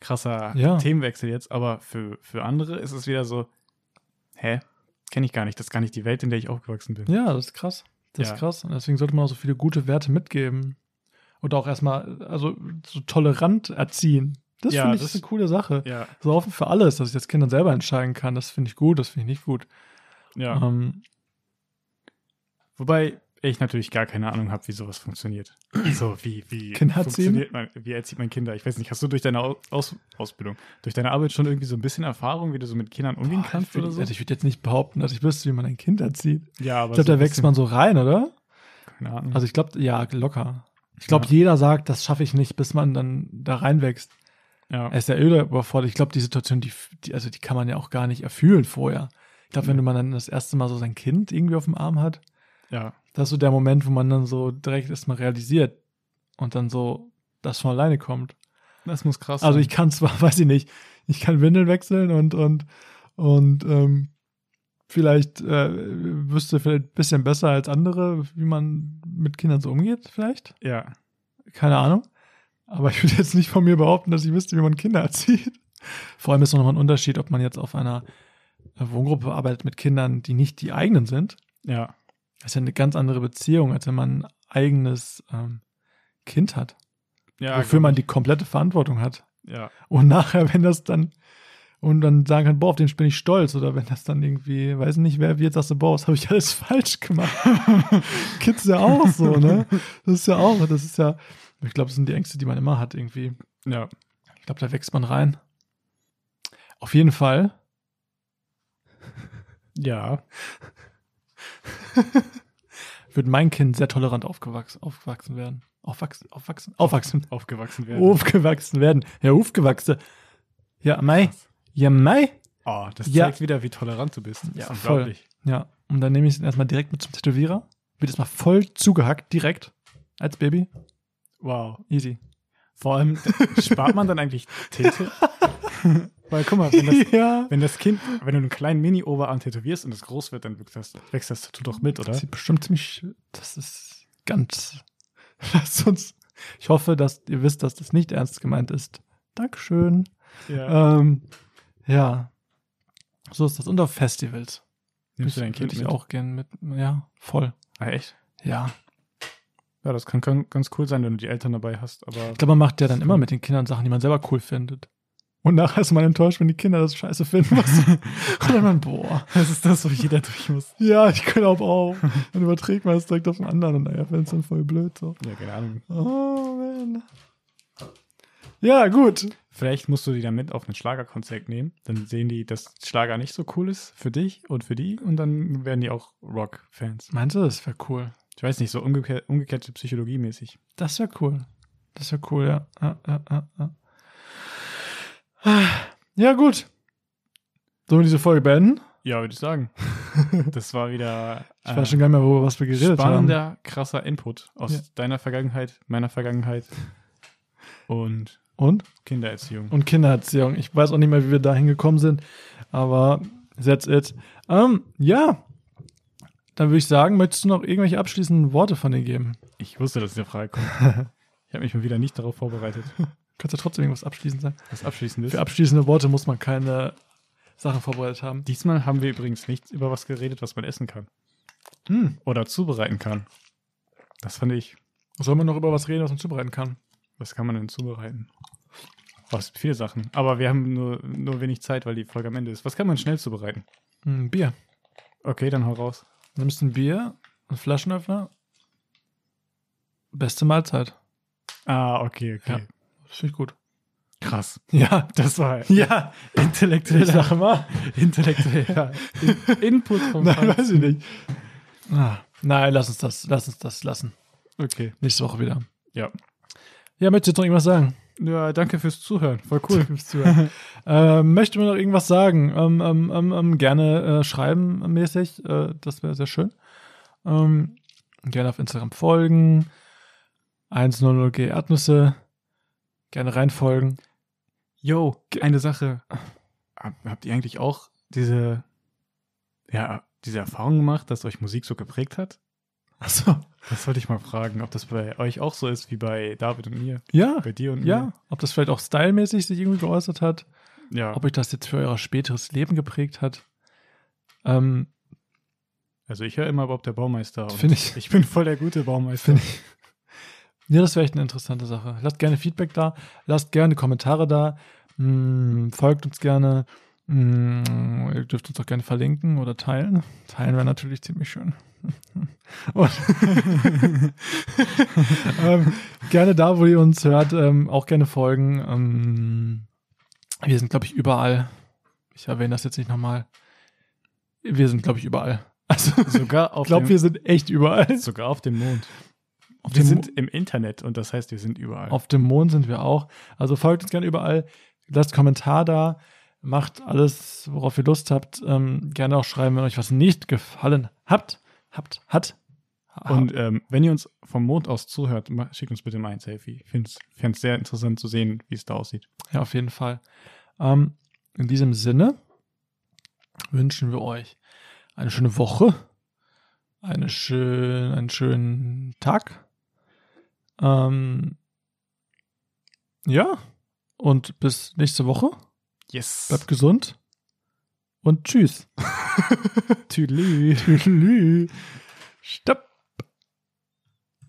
[SPEAKER 2] Krasser
[SPEAKER 1] Ja.
[SPEAKER 2] Themenwechsel jetzt, aber für, für andere ist es wieder so, hä? Kenne ich gar nicht, das ist gar nicht die Welt, in der ich aufgewachsen bin.
[SPEAKER 1] Ja, das ist krass. Das
[SPEAKER 2] Ja.
[SPEAKER 1] ist krass. Und deswegen sollte man auch so viele gute Werte mitgeben. Und auch erstmal, also so tolerant erziehen. Das
[SPEAKER 2] Ja,
[SPEAKER 1] finde ich
[SPEAKER 2] das-
[SPEAKER 1] ist eine coole Sache.
[SPEAKER 2] Ja,
[SPEAKER 1] So offen für alles, dass ich das Kind dann selber entscheiden kann. Das finde ich gut, das finde ich nicht gut.
[SPEAKER 2] ja.
[SPEAKER 1] Ähm,
[SPEAKER 2] Wobei ich natürlich gar keine Ahnung habe, wie sowas funktioniert. So, wie, wie
[SPEAKER 1] Kinder
[SPEAKER 2] funktioniert man, wie erzieht man Kinder? Ich weiß nicht, hast du durch deine Au- Aus Ausbildung, durch deine Arbeit schon irgendwie so ein bisschen Erfahrung, wie du so mit Kindern umgehen
[SPEAKER 1] boah,
[SPEAKER 2] kannst
[SPEAKER 1] ich würd- also
[SPEAKER 2] oder so?
[SPEAKER 1] Ich würde jetzt nicht behaupten, dass ich wüsste, wie man ein Kind erzieht.
[SPEAKER 2] Ja, aber
[SPEAKER 1] Ich glaube,
[SPEAKER 2] so
[SPEAKER 1] da
[SPEAKER 2] ein
[SPEAKER 1] wächst man so rein, oder?
[SPEAKER 2] bisschen, Keine Ahnung.
[SPEAKER 1] Also ich glaube, ja, locker. Ich glaube,
[SPEAKER 2] Mhm. Ja.
[SPEAKER 1] jeder sagt, das schaffe ich nicht, bis man dann da reinwächst.
[SPEAKER 2] ja.
[SPEAKER 1] Er ist ja öde überfordert. Ich glaube, die Situation, die, die, also die kann man ja auch gar nicht erfühlen vorher. Ich glaube, wenn man dann das erste Mal so sein Kind irgendwie auf dem Arm hat,
[SPEAKER 2] ja,
[SPEAKER 1] das ist so der Moment, wo man dann so direkt erstmal realisiert und dann so das von alleine kommt.
[SPEAKER 2] das muss krass
[SPEAKER 1] Also ich kann zwar, weiß ich nicht, ich kann Windeln wechseln und und und ähm, vielleicht äh, wüsste vielleicht ein bisschen besser als andere, wie man mit Kindern so umgeht, vielleicht.
[SPEAKER 2] ja.
[SPEAKER 1] Keine Ahnung. Aber ich würde jetzt nicht von mir behaupten, dass ich wüsste, wie man Kinder erzieht. Vor allem ist noch mal ein Unterschied, ob man jetzt auf einer äh, Wohngruppe arbeitet mit Kindern, die nicht die eigenen sind.
[SPEAKER 2] Ja,
[SPEAKER 1] Das ist ja eine ganz andere Beziehung, als wenn man ein eigenes ähm, Kind hat,
[SPEAKER 2] ja.
[SPEAKER 1] wofür
[SPEAKER 2] glaub
[SPEAKER 1] man
[SPEAKER 2] ich.
[SPEAKER 1] die komplette Verantwortung hat.
[SPEAKER 2] Ja,
[SPEAKER 1] Und nachher, wenn das dann, und dann sagen kann, boah, auf den bin ich stolz. Oder wenn das dann irgendwie, weiß nicht, wer wird, sagst du, boah, das habe ich alles falsch gemacht. Kids ja auch so, ne? Das ist ja auch, das ist ja, ich glaube, das sind die Ängste, die man immer hat irgendwie.
[SPEAKER 2] ja.
[SPEAKER 1] Ich glaube, da wächst man rein. Auf jeden Fall.
[SPEAKER 2] Ja,
[SPEAKER 1] wird mein Kind sehr tolerant aufgewachsen, aufgewachsen werden. Aufwachsen, aufwachsen, aufwachsen,
[SPEAKER 2] aufgewachsen werden.
[SPEAKER 1] aufgewachsen werden. Ja, aufgewachsen. Ja, Mai. Ja, Mai.
[SPEAKER 2] Oh, das
[SPEAKER 1] Ja.
[SPEAKER 2] zeigt wieder, wie tolerant du bist. Das
[SPEAKER 1] Ja,
[SPEAKER 2] ist
[SPEAKER 1] voll.
[SPEAKER 2] unglaublich.
[SPEAKER 1] Ja, und dann nehme ich es erstmal direkt mit zum Tätowierer. Wird erstmal voll zugehackt, direkt. Als Baby.
[SPEAKER 2] Wow.
[SPEAKER 1] Easy.
[SPEAKER 2] Vor allem spart man dann eigentlich Tinte. Weil guck mal, wenn das,
[SPEAKER 1] ja.
[SPEAKER 2] Wenn das Kind, wenn du einen kleinen Mini-Oberarm tätowierst und es groß wird, dann wächst das, wächst das Tattoo doch mit, oder?
[SPEAKER 1] Das sieht bestimmt ziemlich. Das ist ganz. Lasst uns. Ich hoffe, dass ihr wisst, dass das nicht ernst gemeint ist. Dankeschön.
[SPEAKER 2] Ja.
[SPEAKER 1] Ähm, ja. So ist das. Und auf Festivals.
[SPEAKER 2] Nimmst du dein
[SPEAKER 1] Würd
[SPEAKER 2] Kind
[SPEAKER 1] ich
[SPEAKER 2] mit?
[SPEAKER 1] auch gern mit. Ja, voll.
[SPEAKER 2] Ah, echt?
[SPEAKER 1] Ja.
[SPEAKER 2] Ja, das kann, kann ganz cool sein, wenn du die Eltern dabei hast, aber
[SPEAKER 1] Ich glaube, man macht ja dann immer mit den Kindern Sachen, die man selber cool findet. Und nachher ist man enttäuscht, wenn die Kinder das scheiße finden. Was Und dann man, boah.
[SPEAKER 2] das ist das, wo jeder durch muss.
[SPEAKER 1] Ja, ich glaube auch. Dann überträgt man es direkt auf den anderen und naja, wenn es dann voll blöd so.
[SPEAKER 2] Ja, keine Ahnung.
[SPEAKER 1] Oh, man. Ja, gut.
[SPEAKER 2] Vielleicht musst du die dann mit auf ein Schlagerkonzert nehmen. Dann sehen die, dass Schlager nicht so cool ist für dich und für die. Und dann werden die auch Rock-Fans.
[SPEAKER 1] Meinst du, das wäre cool?
[SPEAKER 2] Ich weiß nicht, so umgekehr, umgekehrte Psychologie mäßig.
[SPEAKER 1] Das wäre cool. Das wäre cool, ja. Ja, ja, ja, ja. Ah, ja gut. Sollen wir diese Folge beenden?
[SPEAKER 2] Ja, würde ich sagen. Das war wieder äh,
[SPEAKER 1] Ich weiß schon gar nicht mehr, worüber was wir geredet haben.
[SPEAKER 2] spannender, krasser Input aus
[SPEAKER 1] Ja.
[SPEAKER 2] deiner Vergangenheit, meiner Vergangenheit und
[SPEAKER 1] Und?
[SPEAKER 2] Kindererziehung.
[SPEAKER 1] Und Kindererziehung. Ich weiß auch nicht mehr, wie wir da hingekommen sind, aber that's it. Ähm, ja. Dann würde ich sagen, möchtest du noch irgendwelche abschließenden Worte von dir geben?
[SPEAKER 2] Ich wusste, dass diese Frage kommt. Ich habe mich mal wieder nicht darauf vorbereitet.
[SPEAKER 1] Kannst ja trotzdem irgendwas abschließend sagen.
[SPEAKER 2] Was abschließend ist.
[SPEAKER 1] Für abschließende Worte muss man keine Sachen vorbereitet haben.
[SPEAKER 2] Diesmal haben wir übrigens nichts über was geredet, was man essen kann
[SPEAKER 1] Hm.
[SPEAKER 2] oder zubereiten kann. Das fand ich.
[SPEAKER 1] Soll man noch über was reden, was man zubereiten kann?
[SPEAKER 2] Was kann man denn zubereiten? Oh, es gibt viele Sachen. Aber wir haben nur, nur wenig Zeit, weil die Folge am Ende ist. Was kann man schnell zubereiten?
[SPEAKER 1] Ein Hm, Bier.
[SPEAKER 2] Okay, dann hau raus.
[SPEAKER 1] Nimmst ein Bier, einen Flaschenöffner. Beste Mahlzeit.
[SPEAKER 2] Ah, okay, okay.
[SPEAKER 1] Ja. Das Finde ich gut.
[SPEAKER 2] Krass.
[SPEAKER 1] Ja,
[SPEAKER 2] Das war
[SPEAKER 1] ja, intellektuell, sag mal.
[SPEAKER 2] intellektueller In Input vom
[SPEAKER 1] Nein,
[SPEAKER 2] Franz.
[SPEAKER 1] weiß ich nicht. Ah, nein, lass uns das, lass uns das lassen.
[SPEAKER 2] Okay.
[SPEAKER 1] Nächste Woche wieder.
[SPEAKER 2] Ja.
[SPEAKER 1] Ja, möchtest du jetzt noch irgendwas sagen?
[SPEAKER 2] Ja, danke fürs Zuhören. Voll cool.
[SPEAKER 1] ähm, möchte mir noch irgendwas sagen? Ähm, ähm, ähm, ähm, gerne äh, schreiben mäßig, äh, das wäre sehr schön. Ähm, gerne auf Instagram folgen. 100G Erdnüsse. Gerne reinfolgen.
[SPEAKER 2] Yo, eine Sache. Hab- Habt ihr eigentlich auch diese, ja, diese Erfahrung gemacht, dass euch Musik so geprägt hat?
[SPEAKER 1] Achso.
[SPEAKER 2] Das wollte ich mal fragen, ob das bei euch auch so ist wie bei David und mir,
[SPEAKER 1] Ja,
[SPEAKER 2] bei dir und
[SPEAKER 1] ja. Ob das vielleicht auch stylmäßig sich irgendwie geäußert hat.
[SPEAKER 2] mir. Ja.
[SPEAKER 1] Ob euch das jetzt für euer späteres Leben geprägt hat. Ähm,
[SPEAKER 2] Also ich höre immer Bob der Baumeister. und
[SPEAKER 1] Finde ich-
[SPEAKER 2] Ich bin voll der gute Baumeister.
[SPEAKER 1] Ja, das wäre echt eine interessante Sache. Lasst gerne Feedback da, lasst gerne Kommentare da, mm, folgt uns gerne, mm, ihr dürft uns auch gerne verlinken oder teilen. Teilen wäre natürlich ziemlich schön. Und ähm, gerne da, wo ihr uns hört, ähm, auch gerne folgen. Ähm, wir sind, glaube ich, überall. Ich erwähne das jetzt nicht nochmal. Wir sind, glaube ich, überall. Also,
[SPEAKER 2] Sogar auf
[SPEAKER 1] ich glaube,
[SPEAKER 2] dem,
[SPEAKER 1] wir sind echt überall.
[SPEAKER 2] sogar auf dem Mond.
[SPEAKER 1] Auf
[SPEAKER 2] wir
[SPEAKER 1] dem
[SPEAKER 2] sind im Internet und das heißt, wir sind überall.
[SPEAKER 1] Auf dem Mond sind wir auch. Also folgt uns gerne überall. Lasst Kommentar da. Macht alles, worauf ihr Lust habt. Ähm, gerne auch schreiben, wenn euch was nicht gefallen habt. Habt, hat.
[SPEAKER 2] und ähm, wenn ihr uns vom Mond aus zuhört, ma- schickt uns bitte mal ein Selfie. Ich fände es sehr interessant zu sehen, wie es da aussieht.
[SPEAKER 1] ja, auf jeden Fall. Ähm, in diesem Sinne wünschen wir euch eine schöne Woche. Eine schön, einen schönen Tag. Ähm, ja. Und bis nächste Woche.
[SPEAKER 2] Yes.
[SPEAKER 1] Bleibt gesund und tschüss. Tüdelü. Tüdelü. Stopp.